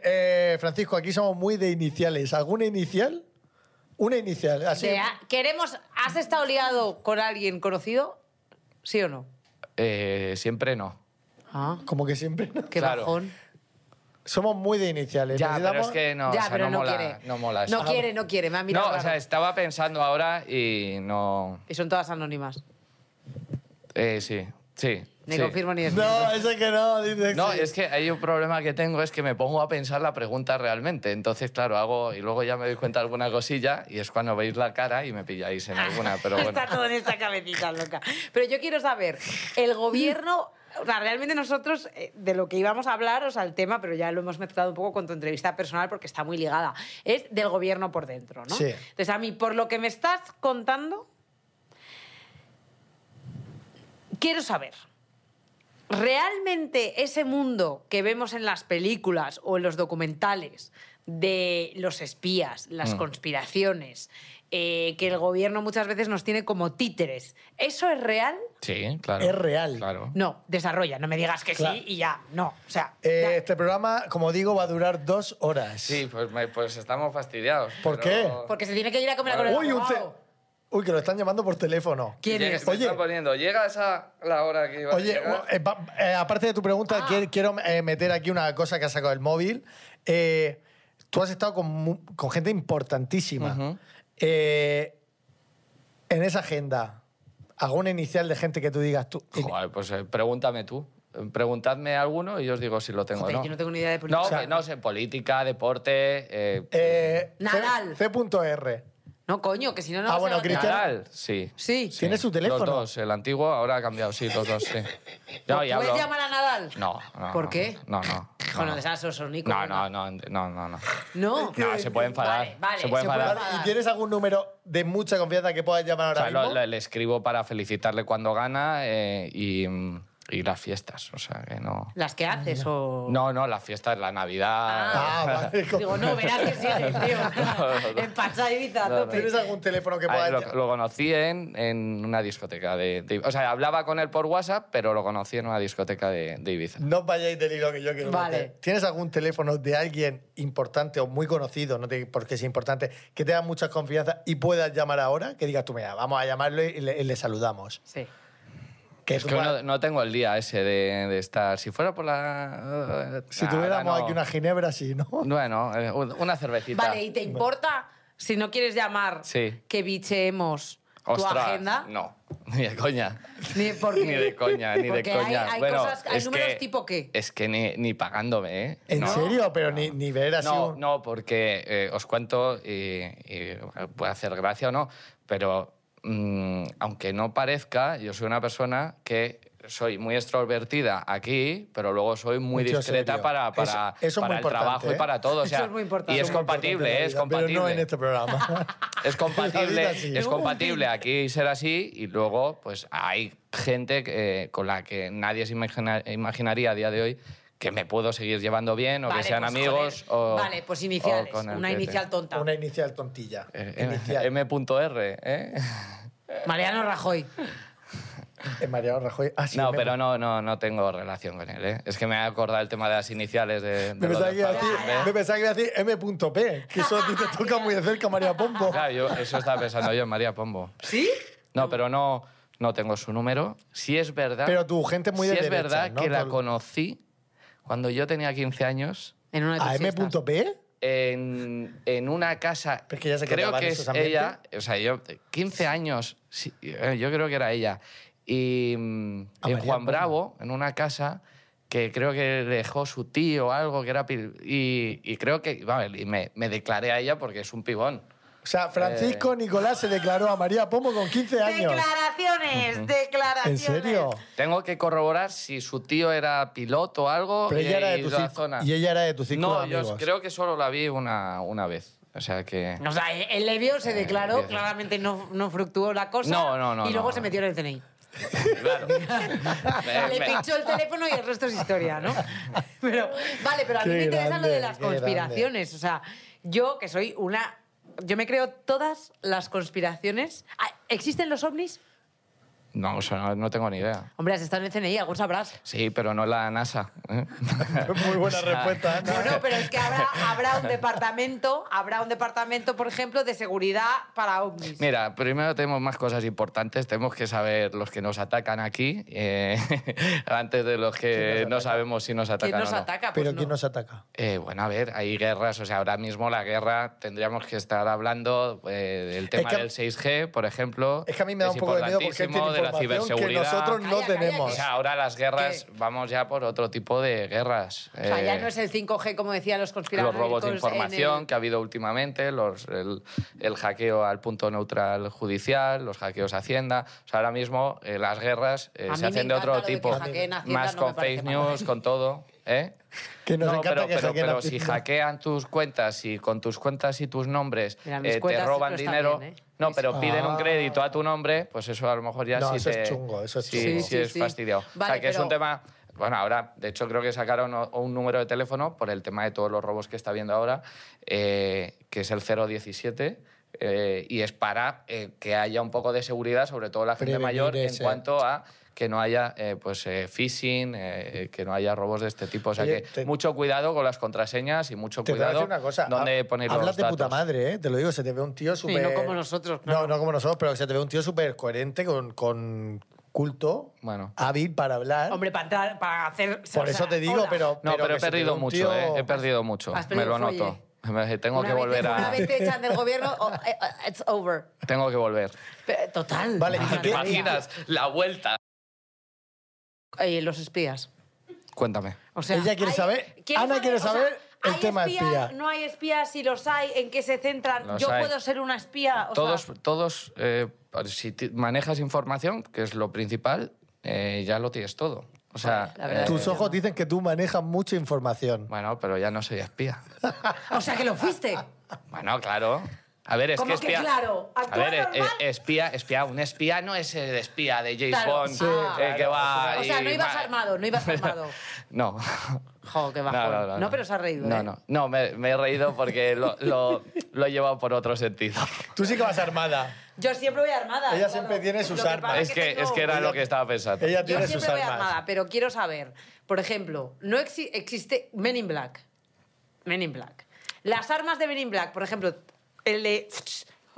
eh, Francisco, aquí somos muy de iniciales. ¿Alguna inicial? Una inicial, así. De a- queremos, ¿has estado liado con alguien conocido? ¿Sí o no? Eh, siempre no. Ah, Como que siempre. ¿no? qué Claro. bajón. Somos muy de iniciales. Ya, pero es Necesitamos- que no, ya, o sea, pero no, no, mola, quiere. no mola eso. No quiere, no quiere. Me ha mirado. No, o raro. sea, estaba pensando ahora y no. Y son todas anónimas. Eh, sí, sí. Ni sí. confirmo ni desmiento. No, eso que no. dice No, sí. es que hay un problema que tengo, es que me pongo a pensar la pregunta realmente. Entonces, claro, hago y luego ya me doy cuenta de alguna cosilla y es cuando veis la cara y me pilláis en alguna, pero bueno. Está todo en esta cabecita loca. Pero yo quiero saber, el gobierno o sea, realmente nosotros eh, de lo que íbamos a hablar, o sea, el tema, pero ya lo hemos mezclado un poco con tu entrevista personal porque está muy ligada, es del gobierno por dentro, ¿no? Sí. Entonces, a mí, por lo que me estás contando, quiero saber, ¿realmente ese mundo que vemos en las películas o en los documentales de los espías, las Mm. conspiraciones, eh, que el gobierno muchas veces nos tiene como títeres, ¿eso es real? Sí, claro. Es real. Claro. No, desarrolla, no me digas que Claro. sí y ya, no. O sea, Eh, ya. este programa, como digo, va a durar dos horas. Sí, pues, me- pues estamos fastidiados. ¿Por pero- porque se tiene que ir a comer a con el Uy, un te- abogado. Uy, que lo están llamando por teléfono. ¿Quién Llega- es? me Oye. están poniendo, llegas a la hora que iba Oye, a llegar. eh, va- eh, aparte de tu pregunta, Ah. quiero, quiero, eh, meter aquí una cosa que ha sacado el móvil. Eh, tú has estado con, mu- con gente importantísima. Ujú. Eh, en esa agenda, alguna inicial de gente que tú digas tú. Joder, pues eh, pregúntame tú. Preguntadme alguno y yo os digo si lo tengo Joder, o no. yo no tengo ni idea de No, política. que no sé, política, deporte. eh, Eh, C- Nadal. C.R. No, coño, que si no, no. Ah, vas a bueno, ganar. Cristiano- Nadal, sí. Sí. Sí, ¿Tiene su teléfono? Los dos, el antiguo ahora ha cambiado, sí, los dos, sí. No, y ¿Puedes hablo- llamar a Nadal? No, no. ¿Por no, qué? No, no. Con no. el desazo, Nico. No, no, no, no, no, no. No. No, se puede enfadar. Vale, vale, se puede se puede enfadar. Vale, ¿Y tienes algún número de mucha confianza que puedas llamar O ahora sea, lo- mismo? le, le escribo para felicitarle cuando gana eh, y, mm, y las fiestas, o sea, que no... ¿Las que haces o.? No, no, las fiestas, la Navidad... Ah, vale. Digo, no, verás que sí, tío. No, no, no. En Pachá Ibiza, a No, no. tope. ¿Tienes algún teléfono que puedas Ah, llamar? lo, lo conocí en, en una discoteca de, de- O sea, hablaba con él por WhatsApp, pero lo conocí en una discoteca de, de Ibiza. No os vayáis del hilo que yo quiero Vale. meter. ¿Tienes algún teléfono de alguien importante o muy conocido, no te, porque es importante, que te da mucha confianza y puedas llamar ahora? Que digas tú, mira, vamos a llamarlo y le, y le saludamos. Sí. Que Es tú que puedas- no, no tengo el día ese de, de estar... Si fuera por la... si Ah, tuviéramos no. aquí una ginebra, sí, ¿no? Bueno, eh, un- una cervecita. Vale, ¿y te importa si no quieres llamar Sí. que bicheemos tu Ostras, agenda? No, ni de coña. Ni, por Ni de coña, ni Porque de hay- coña. hay Bueno, cosas- hay es números que- tipo qué. Es que ni, ni pagándome, ¿eh? ¿En No. serio? Pero ni, ni ver así No, un- no, porque eh, os cuento, y, y puede hacer gracia o no, pero mm, aunque no parezca, yo soy una persona que soy muy extrovertida aquí, pero luego soy muy Mucho discreta serio. para, para, Eso- eso es muy para el importante, trabajo ¿eh? y para todo. o sea, Eso es muy importante. Y es Eso es muy compatible, ¿eh? es Pero compatible. no en este programa. Es La compatible, vida sí. es compatible aquí ser así y luego pues hay gente que- eh, con la que nadie se imagina- imaginaría a día de hoy que me puedo seguir llevando bien o Vale, que sean pues, amigos joder. o Vale, pues o iniciales. con el Una que te- inicial tonta. Una inicial tontilla. Eh, eh, Inicial. M.R, ¿eh? Mariano Rajoy. Eh, Mariano Rajoy. Ah, sí, no, me- pero no, no, no tengo relación con él, ¿eh? Es que me ha acordado el tema de las iniciales de, de Me los pensaba, que iba a padres, decir, ¿eh? me pensaba que iba a decir M.P, que eso a ti te toca muy de cerca, María Pombo. Claro, yo- eso estaba pensando yo en María Pombo. ¿Sí? No, pero no, no tengo su número. Si es verdad... Pero tu gente es muy sí de es derecha, verdad ¿no? que la Todo- conocí cuando yo tenía 15 años En una de tus ¿A fiestas. M.P? en, en una casa. Pero es que ya se creo quedaban que en es esos ambientes. ella, o sea, yo 15 años, sí, eh, yo creo que era ella. Y mm, A en María Juan Pombo. Bravo, en una casa que creo que le dejó su tío o algo que era pil- y, y creo que vale, y me, me declaré a ella porque es un pibón. O Eh. sea, Francisco Nicolás se declaró a María Pombo con 15 años. Declaraciones, ¿En declaraciones. serio? Tengo que corroborar si su tío era piloto o algo Pero y, ella era de y tu la círculo- zona. y ella era de tu círculo No, de amigos. yo creo que solo la vi una, una vez. O sea que... O sea, el Levio se declaró, bien. claramente no, no fructuó la cosa. No, no, no, Y luego no. se metió en el CNI. Claro. Me- Le me- pinchó el teléfono y el resto es historia, ¿no? Pero, vale, pero a mí Qué me interesa lo grande, de las qué grande. conspiraciones. O sea, yo que soy una. Yo me creo todas las conspiraciones. Ah, ¿Existen los ovnis? No, o sea, no, no tengo ni idea. Hombre, has estado en el CNI, algún sabrás. Sí, pero no la NASA. ¿eh? Muy buena respuesta, Ana. Bueno, pues pero es que habrá, habrá un departamento, habrá un departamento, por ejemplo, de seguridad para ovnis. Mira, primero tenemos más cosas importantes. Tenemos que saber los que nos atacan aquí, eh, antes de los que ¿Quién nos no ataca? sabemos si nos atacan ¿Quién nos o no. ataca? Pues Pero no. ¿quién nos ataca? Eh, bueno, a ver, hay guerras. O sea, ahora mismo la guerra tendríamos que estar hablando eh, del tema que- del 6G, por ejemplo. Es que a mí me da es un poco de miedo porque él tiene importantísimo, información de la que ciberseguridad. nosotros no Calla, calla, tenemos. O sea, ahora las guerras, ¿Qué? vamos ya por otro tipo de guerras. O sea, ya Eh, no es el 5G, como decían los los conspiradores. robos de información que ha habido últimamente, los, el, el hackeo al punto neutral judicial, los hackeos a Hacienda. O sea, ahora mismo eh, las guerras eh, A se mí me hacen de encanta otro lo de que tipo. hackeen Hacienda, más no me con parece fake mal. news, con todo. ¿eh? Que nos no, encanta pero, que pero, hackeen pero si Hacienda. hackean tus cuentas y con tus cuentas y tus nombres Mira, mis eh, te cuentas roban no están dinero, bien, ¿eh? no, pero piden un Ah. crédito a tu nombre, pues eso a lo mejor ya No, sí eso es te- chungo, eso es sí, chungo. sí Sí, es sí. fastidio. o Vale, sea, que es pero- un tema... Bueno, ahora, de hecho, creo que sacaron o- un número de teléfono por el tema de todos los robos que está viendo ahora, eh, que es el 017, eh, y es para eh, que haya un poco de seguridad, sobre todo la gente Prevenir mayor, en ese. cuanto a que no haya eh, pues, eh, phishing, eh, que no haya robos de este tipo. O sea, Oye, que te- mucho cuidado con las contraseñas y mucho Te voy a cuidado decir una cosa. dónde hab- poner los Hablas de puta datos. madre, ¿eh? Te lo digo, se te ve un tío no súper... como nosotros, No, no como nosotros, pero se te ve un tío súper coherente, con, con culto, Bueno. hábil para hablar. Hombre, para, entrar- para hacer... Por eso te digo, pero... No, pero, que se he te ve perdido un mucho, tío- ¿eh? He perdido mucho. Has Me perdido lo noto. Me- Tengo una que vez- volver Una a... vez te echan del gobierno, oh, eh, oh, it's over. Tengo que volver. Pero, Total. Ah, Vale, madre ¿y qué- ¿Te mía. imaginas la vuelta? Eh, los espías. Cuéntame. O sea, Ella quiere saber- Ana quiere saber el ¿hay tema espías? espía. No hay espías, si los hay, ¿en qué se centran? Los Yo hay. puedo ser una espía. O todos, sea, todos eh, si ti- manejas información, que es lo principal, eh, ya lo tienes todo. O sea, la verdad Tus Eh, ojos dicen que tú manejas mucha información. Bueno, pero ya no soy espía. o sea, que lo fuiste. Bueno, claro. A ver, es ¿Cómo que que espía. claro? A ¿Actúa ver, es- normal? es- espía, espía. Un espía no es el espía de James Claro. Bond Sí, eh, claro. que va. O sea, y no ibas va- armado, no ibas armado. No. Jo, qué bajón. No, pero se ha reído, No, ¿eh? no. No, me, me he reído porque lo, lo- lo he llevado por otro sentido. Tú sí que vas armada. Yo siempre voy armada. Ella siempre tiene sus Lo que armas. pasa Es que, tengo- es que era Ella- lo que estaba pensando. Ella Yo tiene sus siempre voy armas. armada, pero quiero saber, por ejemplo, no exi- existe Men in Black. Men in Black. Las armas de Men in Black, por ejemplo, el de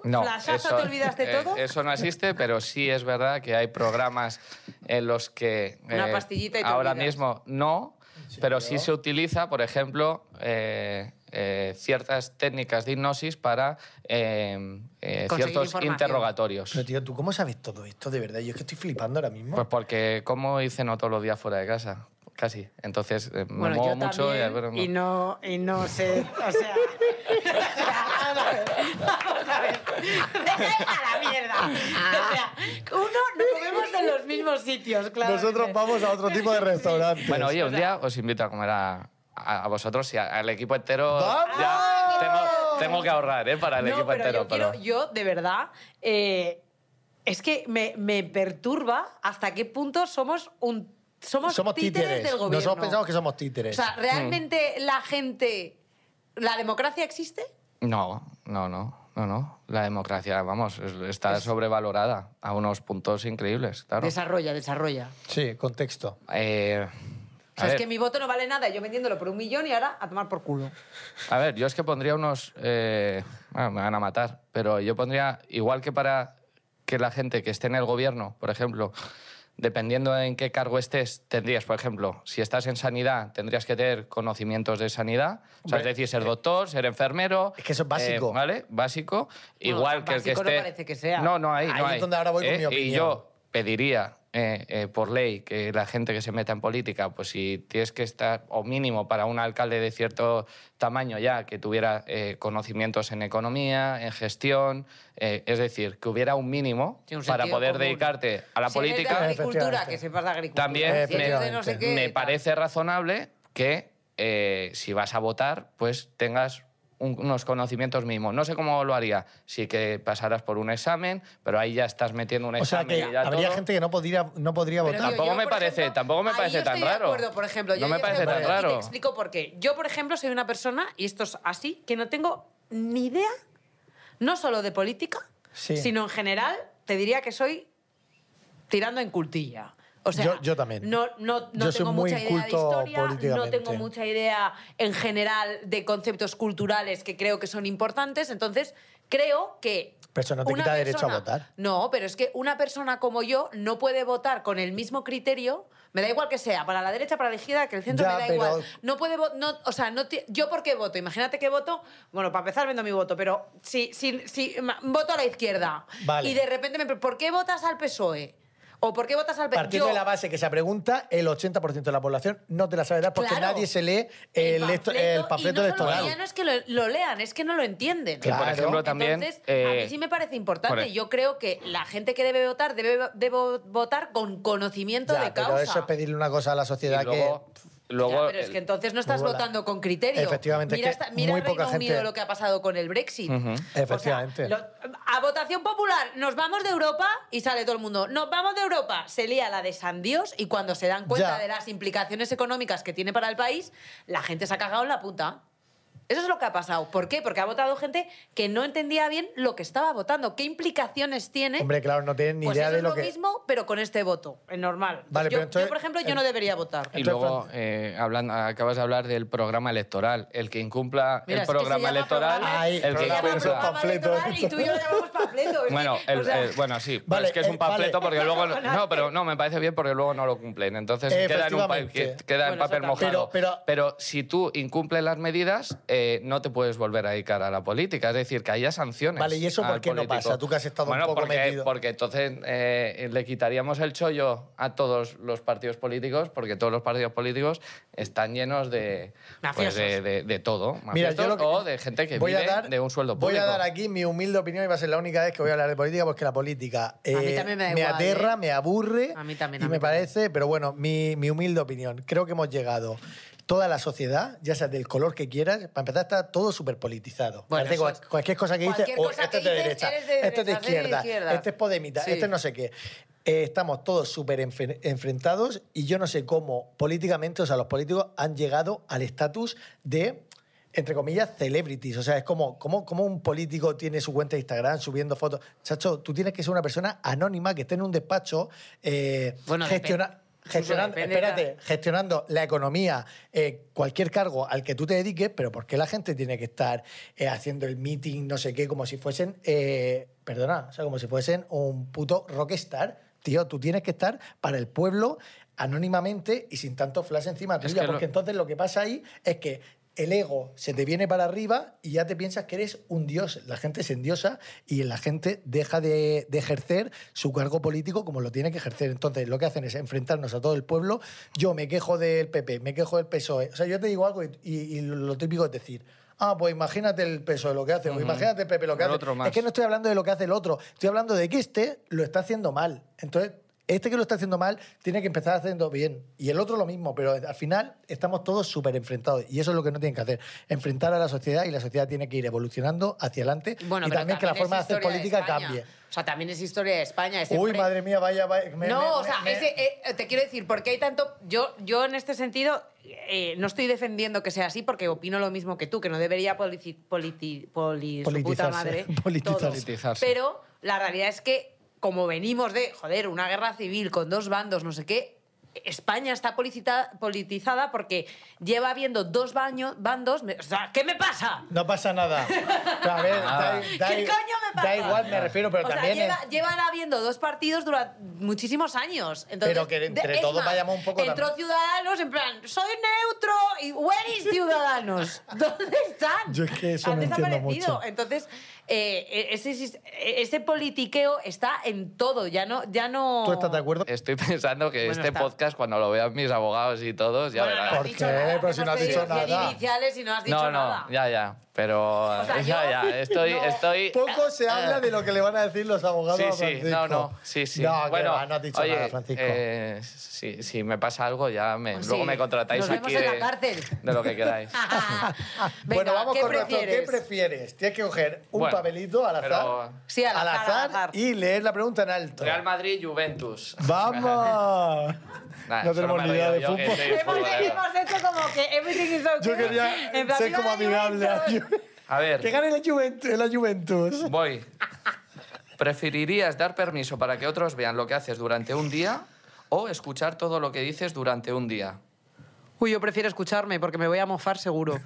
No, flashazo, eso- te olvidaste eh, todo. Eso no existe, pero sí es verdad que hay programas en los que. eh, Una pastillita y te Ahora olvidas. mismo no, pero sí se utiliza, por ejemplo, eh, eh, ciertas técnicas de hipnosis para eh, eh, Conseguir ciertos información. interrogatorios. Pero tío, ¿tú cómo sabes todo esto de verdad? Yo es que estoy flipando ahora mismo. Pues porque como hice no todos los días fuera de casa, casi. Entonces eh, me Bueno, muevo yo mucho y, también, bueno, y no y no sé, o sea, vamos a ver, vamos a ver, dejáis a la mierda. O sea, uno no comemos en los mismos sitios, claro. Nosotros vamos a otro tipo de restaurantes. Bueno, oye, un día os invito a comer a, a- a vosotros y a- al equipo entero. ¡Vamos! Ya tengo, tengo que ahorrar, ¿eh? Para el no, equipo pero entero. yo, quiero- pero- yo, de verdad, eh, es que me, me perturba hasta qué punto somos un somos, somos títeres, títeres. del gobierno. Nosotros pensamos que somos O títeres. sea, Mm. ¿realmente la gente, la democracia existe? No, no, no, no, no. La democracia, vamos, es- está sobrevalorada a unos puntos increíbles, claro. Desarrolla, desarrolla. sí, contexto. Eh, O a, sea, es ver, que mi voto no vale nada, yo vendiéndolo por un millón y ahora a tomar por culo. a ver, yo es que pondría unos... eh, bueno, me van a matar, pero yo pondría, igual que para que la gente que esté en el gobierno, por ejemplo, dependiendo en qué cargo estés, tendrías, por ejemplo, si estás en sanidad, tendrías que tener conocimientos de sanidad, o sea, Hombre, es eh, decir, ser doctor, ser enfermero... eh, es que eso es básico. ¿Vale? Básico. Bueno, igual que el que básico no esté... parece que sea. No, no hay. Ahí no es hay. ¿eh? donde ahora voy con mi Y opinión. yo pediría eh, eh, por ley que la gente que se meta en política, pues si tienes que estar, o mínimo para un alcalde de cierto tamaño ya, que tuviera eh, conocimientos en economía, en gestión, eh, es decir, que hubiera un mínimo Sí, un para sentido poder común. dedicamente dedicarte a la Si eres de política. agricultura, Efectivamente. que sepas de agricultura. También Si eres de no sé qué, me tal. parece razonable que eh, si vas a votar, pues tengas un- unos conocimientos mínimos. No sé cómo lo haría. Sí que pasarás por un examen, pero ahí ya estás metiendo un O sea, examen. que y ya habría todo. gente que no podría, no podría Pero, votar. tío, Tampoco yo, me por parece- tampoco me ahí parece yo tan estoy de raro. acuerdo, por ejemplo. Yo No me yo parece estoy de tan acuerdo, y te raro. explico por qué. Yo, por ejemplo, soy una persona, y esto es así, que no tengo ni idea, no solo de política, Sí. sino en general, te diría que soy tirando en cultilla. O sea, Yo- yo también. No, no, no Yo soy tengo muy mucha idea de inculto historia, no políticamente. tengo mucha idea en general de conceptos culturales que creo que son importantes. Entonces, creo que. Pero eso no te una quita derecho a persona- votar. no, pero es que una persona como yo no puede votar con el mismo criterio. Me da igual que sea, para la derecha, para la izquierda, que el centro Ya, me da pero- igual. No puede vo- no, o sea, no ti- yo por qué voto. Imagínate que voto, bueno, para empezar vendo mi voto, pero si, si, si ma- voto a la izquierda Vale. y de repente me pre- ¿por qué votas al PSOE? ¿O por qué votas al PP? Partiendo Yo- de la base que esa pregunta, el 80% de la población no te la sabe dar porque Claro. nadie se lee el, esto- panfleto, el panfleto y no solo electoral. que ya no es que lo, lo lean, es que no lo entienden. Que, por Claro. ejemplo, también, Entonces, a eh, mí sí me parece por importante. e- Yo creo que la gente que debe votar debe, debe votar con conocimiento Ya, de pero causa. eso es pedirle una cosa a la Y sociedad luego, que... luego Ya, pero es que entonces no estás luego la- votando con criterio. Efectivamente, es mira que esta- mira muy Reino poca gente- Unido lo que ha pasado con el Brexit. Ujú. O sea, Efectivamente. lo- a votación popular, nos vamos de Europa y sale todo el mundo. Nos vamos de Europa, se lía la de San Dios y cuando se dan Ya. cuenta de las implicaciones económicas que tiene para el país, la gente se ha cagado en la puta. Eso es lo que ha pasado. ¿Por qué? Porque ha votado gente que no entendía bien lo que estaba votando. ¿Qué implicaciones tiene? Hombre, claro, no tienen ni ¿Eh? pues idea eso de es lo lo que... mismo, pero con este voto. Es normal. Vale, yo, pero entonces- yo, por ejemplo, yo en- no debería votar. Y Entonces, luego Fran- eh, hablando, acabas de hablar del programa electoral. El que incumpla Mira, el es que se programa llama electoral, programa- Ay, el que se llama programa incumpla. programa Panfleto. electoral Y tú y yo lo llamamos panfleto. es Bueno, que, el- o sea, el- bueno, sí, pero Vale, es que es eh, un panfleto vale. porque luego no, Cojonante. no, pero no me parece bien porque luego no lo cumplen, entonces queda en un pa- que- Efectivamente. queda en Bueno, eso papel también. mojado. Pero- pero- si tú incumples las medidas, eh, no te puedes volver a dedicar a la política, es decir, que haya sanciones. Vale, ¿y eso por al qué no político. pasa? Tú que has estado un Bueno, poco porque, metido. porque entonces eh, le quitaríamos el chollo a todos los partidos políticos porque todos los partidos políticos están llenos de pues, Mafiosos. de, de- de todo, Mira, mafiosos yo lo que- o de gente que voy a vive dar- de un sueldo público. Voy a dar aquí mi humilde opinión y va a ser la única vez que voy a hablar de política porque la política mí también me da igual, aterra, ¿eh? me aburre A mí también, y a mí me parece, pero bueno, mi, mi humilde opinión. Creo que hemos llegado. Toda la sociedad, ya sea del color que quieras, para empezar está todo súper politizado. Bueno, Parece eso cual- es- cualquier cosa que dices, cualquier "Oh, cosa este que es de dices, derecha, eres de este es de derecha, eres de izquierda, izquierda". este es podemita, Sí. este no sé qué. Eh, estamos todos súper enfe- enfrentados y yo no sé cómo políticamente, o sea, los políticos han llegado al estatus de, entre comillas, celebrities. O sea, es como, como, como un político tiene su cuenta de Instagram subiendo fotos. Chacho, tú tienes que ser una persona anónima que esté en un despacho eh, Bueno, gestiona- depende. gestionando, Suso, depende de la- espérate, gestionando la economía, eh, cualquier cargo al que tú te dediques, pero ¿por qué la gente tiene que estar eh, haciendo el meeting, no sé qué, como si fuesen, eh, perdona, o sea, como si fuesen un puto rockstar? Tío, tú tienes que estar para el pueblo anónimamente y sin tanto flash encima Es tuya, que lo- porque entonces lo que pasa ahí es que el ego se te viene para arriba y ya te piensas que eres un dios. La gente se endiosa y la gente deja de, de ejercer su cargo político como lo tiene que ejercer. Entonces lo que hacen es enfrentarnos a todo el pueblo. Yo me quejo del PP, me quejo del PSOE. O sea, yo te digo algo y, y- y lo típico es decir... Ah, pues imagínate el PSOE lo que hace, o Ujú. imagínate el PP lo que El hace. otro más. Es que no estoy hablando de lo que hace el otro, estoy hablando de que este lo está haciendo mal. Entonces, este que lo está haciendo mal tiene que empezar haciendo bien. Y el otro lo mismo, pero al final estamos todos súper enfrentados. Y eso es lo que no tienen que hacer. Enfrentar a la sociedad y la sociedad tiene que ir evolucionando hacia adelante. y pero también que la es forma de hacer historia política España. cambie. O sea, también es historia de España. es Uy, siempre- madre mía, vaya, vaya. me- no, me- o sea, me- ese, eh, te quiero decir, porque hay tanto... Yo, yo en este sentido eh, no estoy defendiendo que sea así porque opino lo mismo que tú, que no debería polici- politi- poli- su puta Politizarse, madre politizarse. todo. Politizarse. Pero la realidad es que como venimos de, joder, una guerra civil con dos bandos, no sé qué, España está policita- politizada porque lleva habiendo dos baño- bandos... me- o sea, ¿qué me pasa? No pasa nada. Pero a ver, da, da- ¿Qué coño me pasa? da igual, me refiero, pero O sea, también. en- lleva- llevan habiendo dos partidos durante muchísimos años. Entonces, Pero que entre de- es todos más, vayamos un poco Entró también. Ciudadanos en plan, soy neutro. ¿Y where is Ciudadanos? ¿Dónde están? Yo es que eso Han no entiendo desaparecido. mucho. Entonces, eh, ese, sis- ese politiqueo está en todo. Ya no... Ya no... ¿Tú estás de acuerdo? Estoy pensando que Bueno, este está. podcast, cuando lo vean mis abogados y todos, ya Bueno, no has verás. ¿Por dicho qué? nada, Pero si no has te dicho pedido cien nada. iniciales y no has dicho no, no, nada. ya, ya. Pero. sea, ya, yo- ya. Estoy. no. estoy Poco se habla de lo que le van a decir los abogados Sí, a sí, Francisco. no, no, sí, sí. No, que bueno, va, no has dicho oye, nada, Francisco. eh, si, si me pasa algo, ya me, Pues luego sí, me contratáis nos vemos aquí en la de, cárcel. de lo que queráis. Venga, bueno, vamos ¿qué con prefieres? nuestro. ¿Qué prefieres? Tienes que coger un Bueno, papelito al azar. pero- Sí, al azar, al azar. Y leer la pregunta en alto. Real Madrid, Juventus. ¡Vamos! Nada, no solo me tenemos he ni idea de reído yo, que fútbol. soy Hemos, futbolero. hemos hecho como que everything is okay. Yo quería En plan, ser viva como la amigable. Juventus. A ver. Que gane la Juventus. La Juventus. Voy. ¿Preferirías dar permiso para que otros vean lo que haces durante un día o escuchar todo lo que dices durante un día? Uy, yo prefiero escucharme porque me voy a mofar seguro.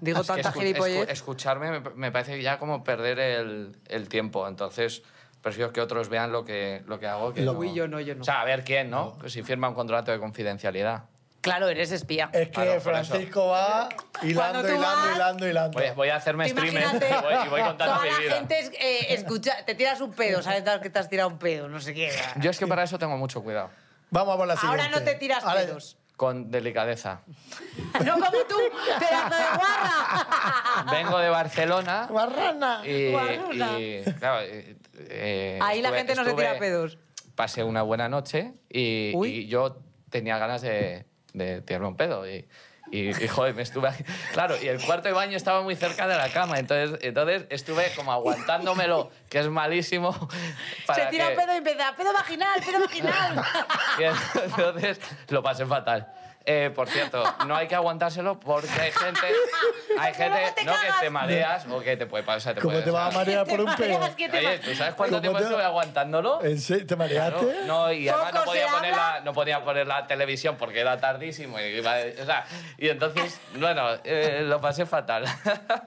Digo Es que tanta escu- escu- gilipollez. escucharme me, me parece ya como perder el, el tiempo. Entonces, prefiero que otros vean lo que, lo que hago. Que Uy, yo no, yo no. O sea, a ver quién, ¿no? Que Si firma un contrato de confidencialidad. Claro, eres espía. Es que Claro, por Francisco va hilando, Cuando tú hilando, vas- hilando, hilando. Voy, a- voy a hacerme Tú streamer imagínate, y voy, y voy contando toda mi la vida. gente es- eh, escucha, te tiras un pedo, sabes Tal que te has tirado un pedo, no sé qué. Yo es que para eso tengo mucho cuidado. Vamos a por la siguiente. Ahora no te tiras Ahora- pedos. Con delicadeza. No como tú, pedazo de guarra. Vengo de Barcelona Marrana. y, Guarruna. y, claro, eh, eh, Ahí la estuve- gente no se tira estuve- pedos. pasé una buena noche y, Uy. y yo tenía ganas de, de tirarme un pedo. Y, y, y, joder, me estuve. ahí. Claro, y el cuarto de baño estaba muy cerca de la cama, entonces, entonces estuve como aguantándomelo, que es malísimo. para Se tira que- un pedo y empieza, pedo vaginal, pedo vaginal. y entonces lo pasé fatal. Eh, por cierto, no hay que aguantárselo porque hay gente, hay Que luego te gente no que cagas. te mareas o que te puede pasar. Te ¿Cómo puede- te vas o a sea, marear Te por un pedo? imaginas que te Oye, va- ¿tú sabes cuánto ¿Cómo tiempo te- Eh, estuve aguantándolo? ¿En serio? ¿Te mareaste? Claro, no, y además no Poco se podía, poner la, habla. no podía poner la televisión porque era tardísimo. Y, iba- o sea, y entonces, bueno, eh, lo pasé fatal.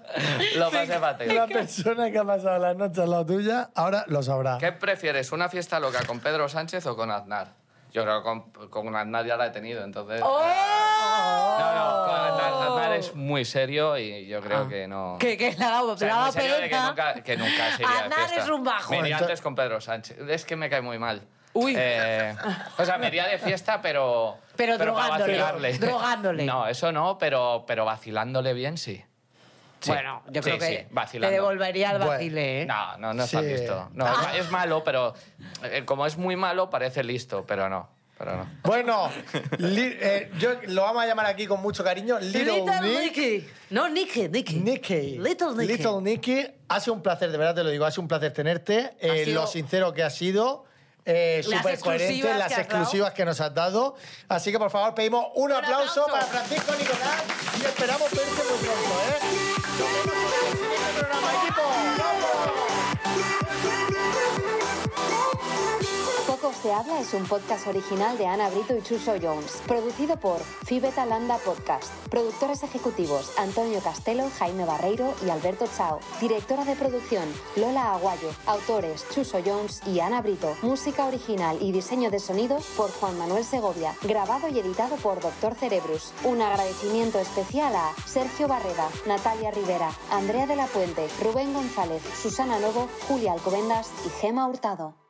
lo pasé Una fatal. persona que ha pasado la noche al lado tuya, ahora lo sabrá. ¿Qué prefieres, una fiesta loca con Pedro Sánchez o con Aznar? Yo creo que con, con Aznar ya la he tenido, entonces... ¡Oh! No, no, con Aznar, Aznar es muy serio y yo Ah. creo que no... Que, que le ha dado, O sea, le ha dado muy serio de que pereza. nunca, que nunca se iría de Aznar fiesta. es un bajo. Me iría Entonces- antes con Pedro Sánchez. Es que me cae muy mal. Uy. Eh, o sea, me iría de fiesta, pero... Pero para drogándole, vacilarle. drogándole. No, eso no, pero, pero vacilándole bien, sí. Sí, Bueno, yo creo sí, que sí, te vacilando. devolvería al Bueno, vacile, ¿eh? No, no, no está Sí. listo. No, es ma- es malo, pero... eh, como es muy malo, parece listo, pero no. Pero no. Bueno, li- eh, yo lo vamos a llamar aquí con mucho cariño. Little, Nick. Nicky. No, Nicky, Nicky. Nicky. Little Nicky. Little Nicky. Ha sido un placer, de verdad te lo digo, ha sido un placer tenerte. Eh, sido- Lo sincero que has sido. Eh, Las Súper coherente, exclusivas las que has dado. exclusivas que nos has dado. Así que, por favor, pedimos un, aplauso, aplauso. para Francisco Nicolás y esperamos verte muy pronto, ¿eh? Nos vemos en el siguiente programa, equipo. ¡Vamos! Poco se habla es un podcast original de Ana Brito y Chuso Jones, producido por Fibeta Landa Podcast. Productores ejecutivos Antonio Castelo, Jaime Barreiro y Alberto Chao. Directora de producción Lola Aguayo. Autores Chuso Jones y Ana Brito. Música original y diseño de sonido por Juan Manuel Segovia. Grabado y editado por Doctor Cerebrus. Un agradecimiento especial a Sergio Barreda, Natalia Rivera, Andrea de la Puente, Rubén González, Susana Lobo, Julia Alcobendas y Gema Hurtado.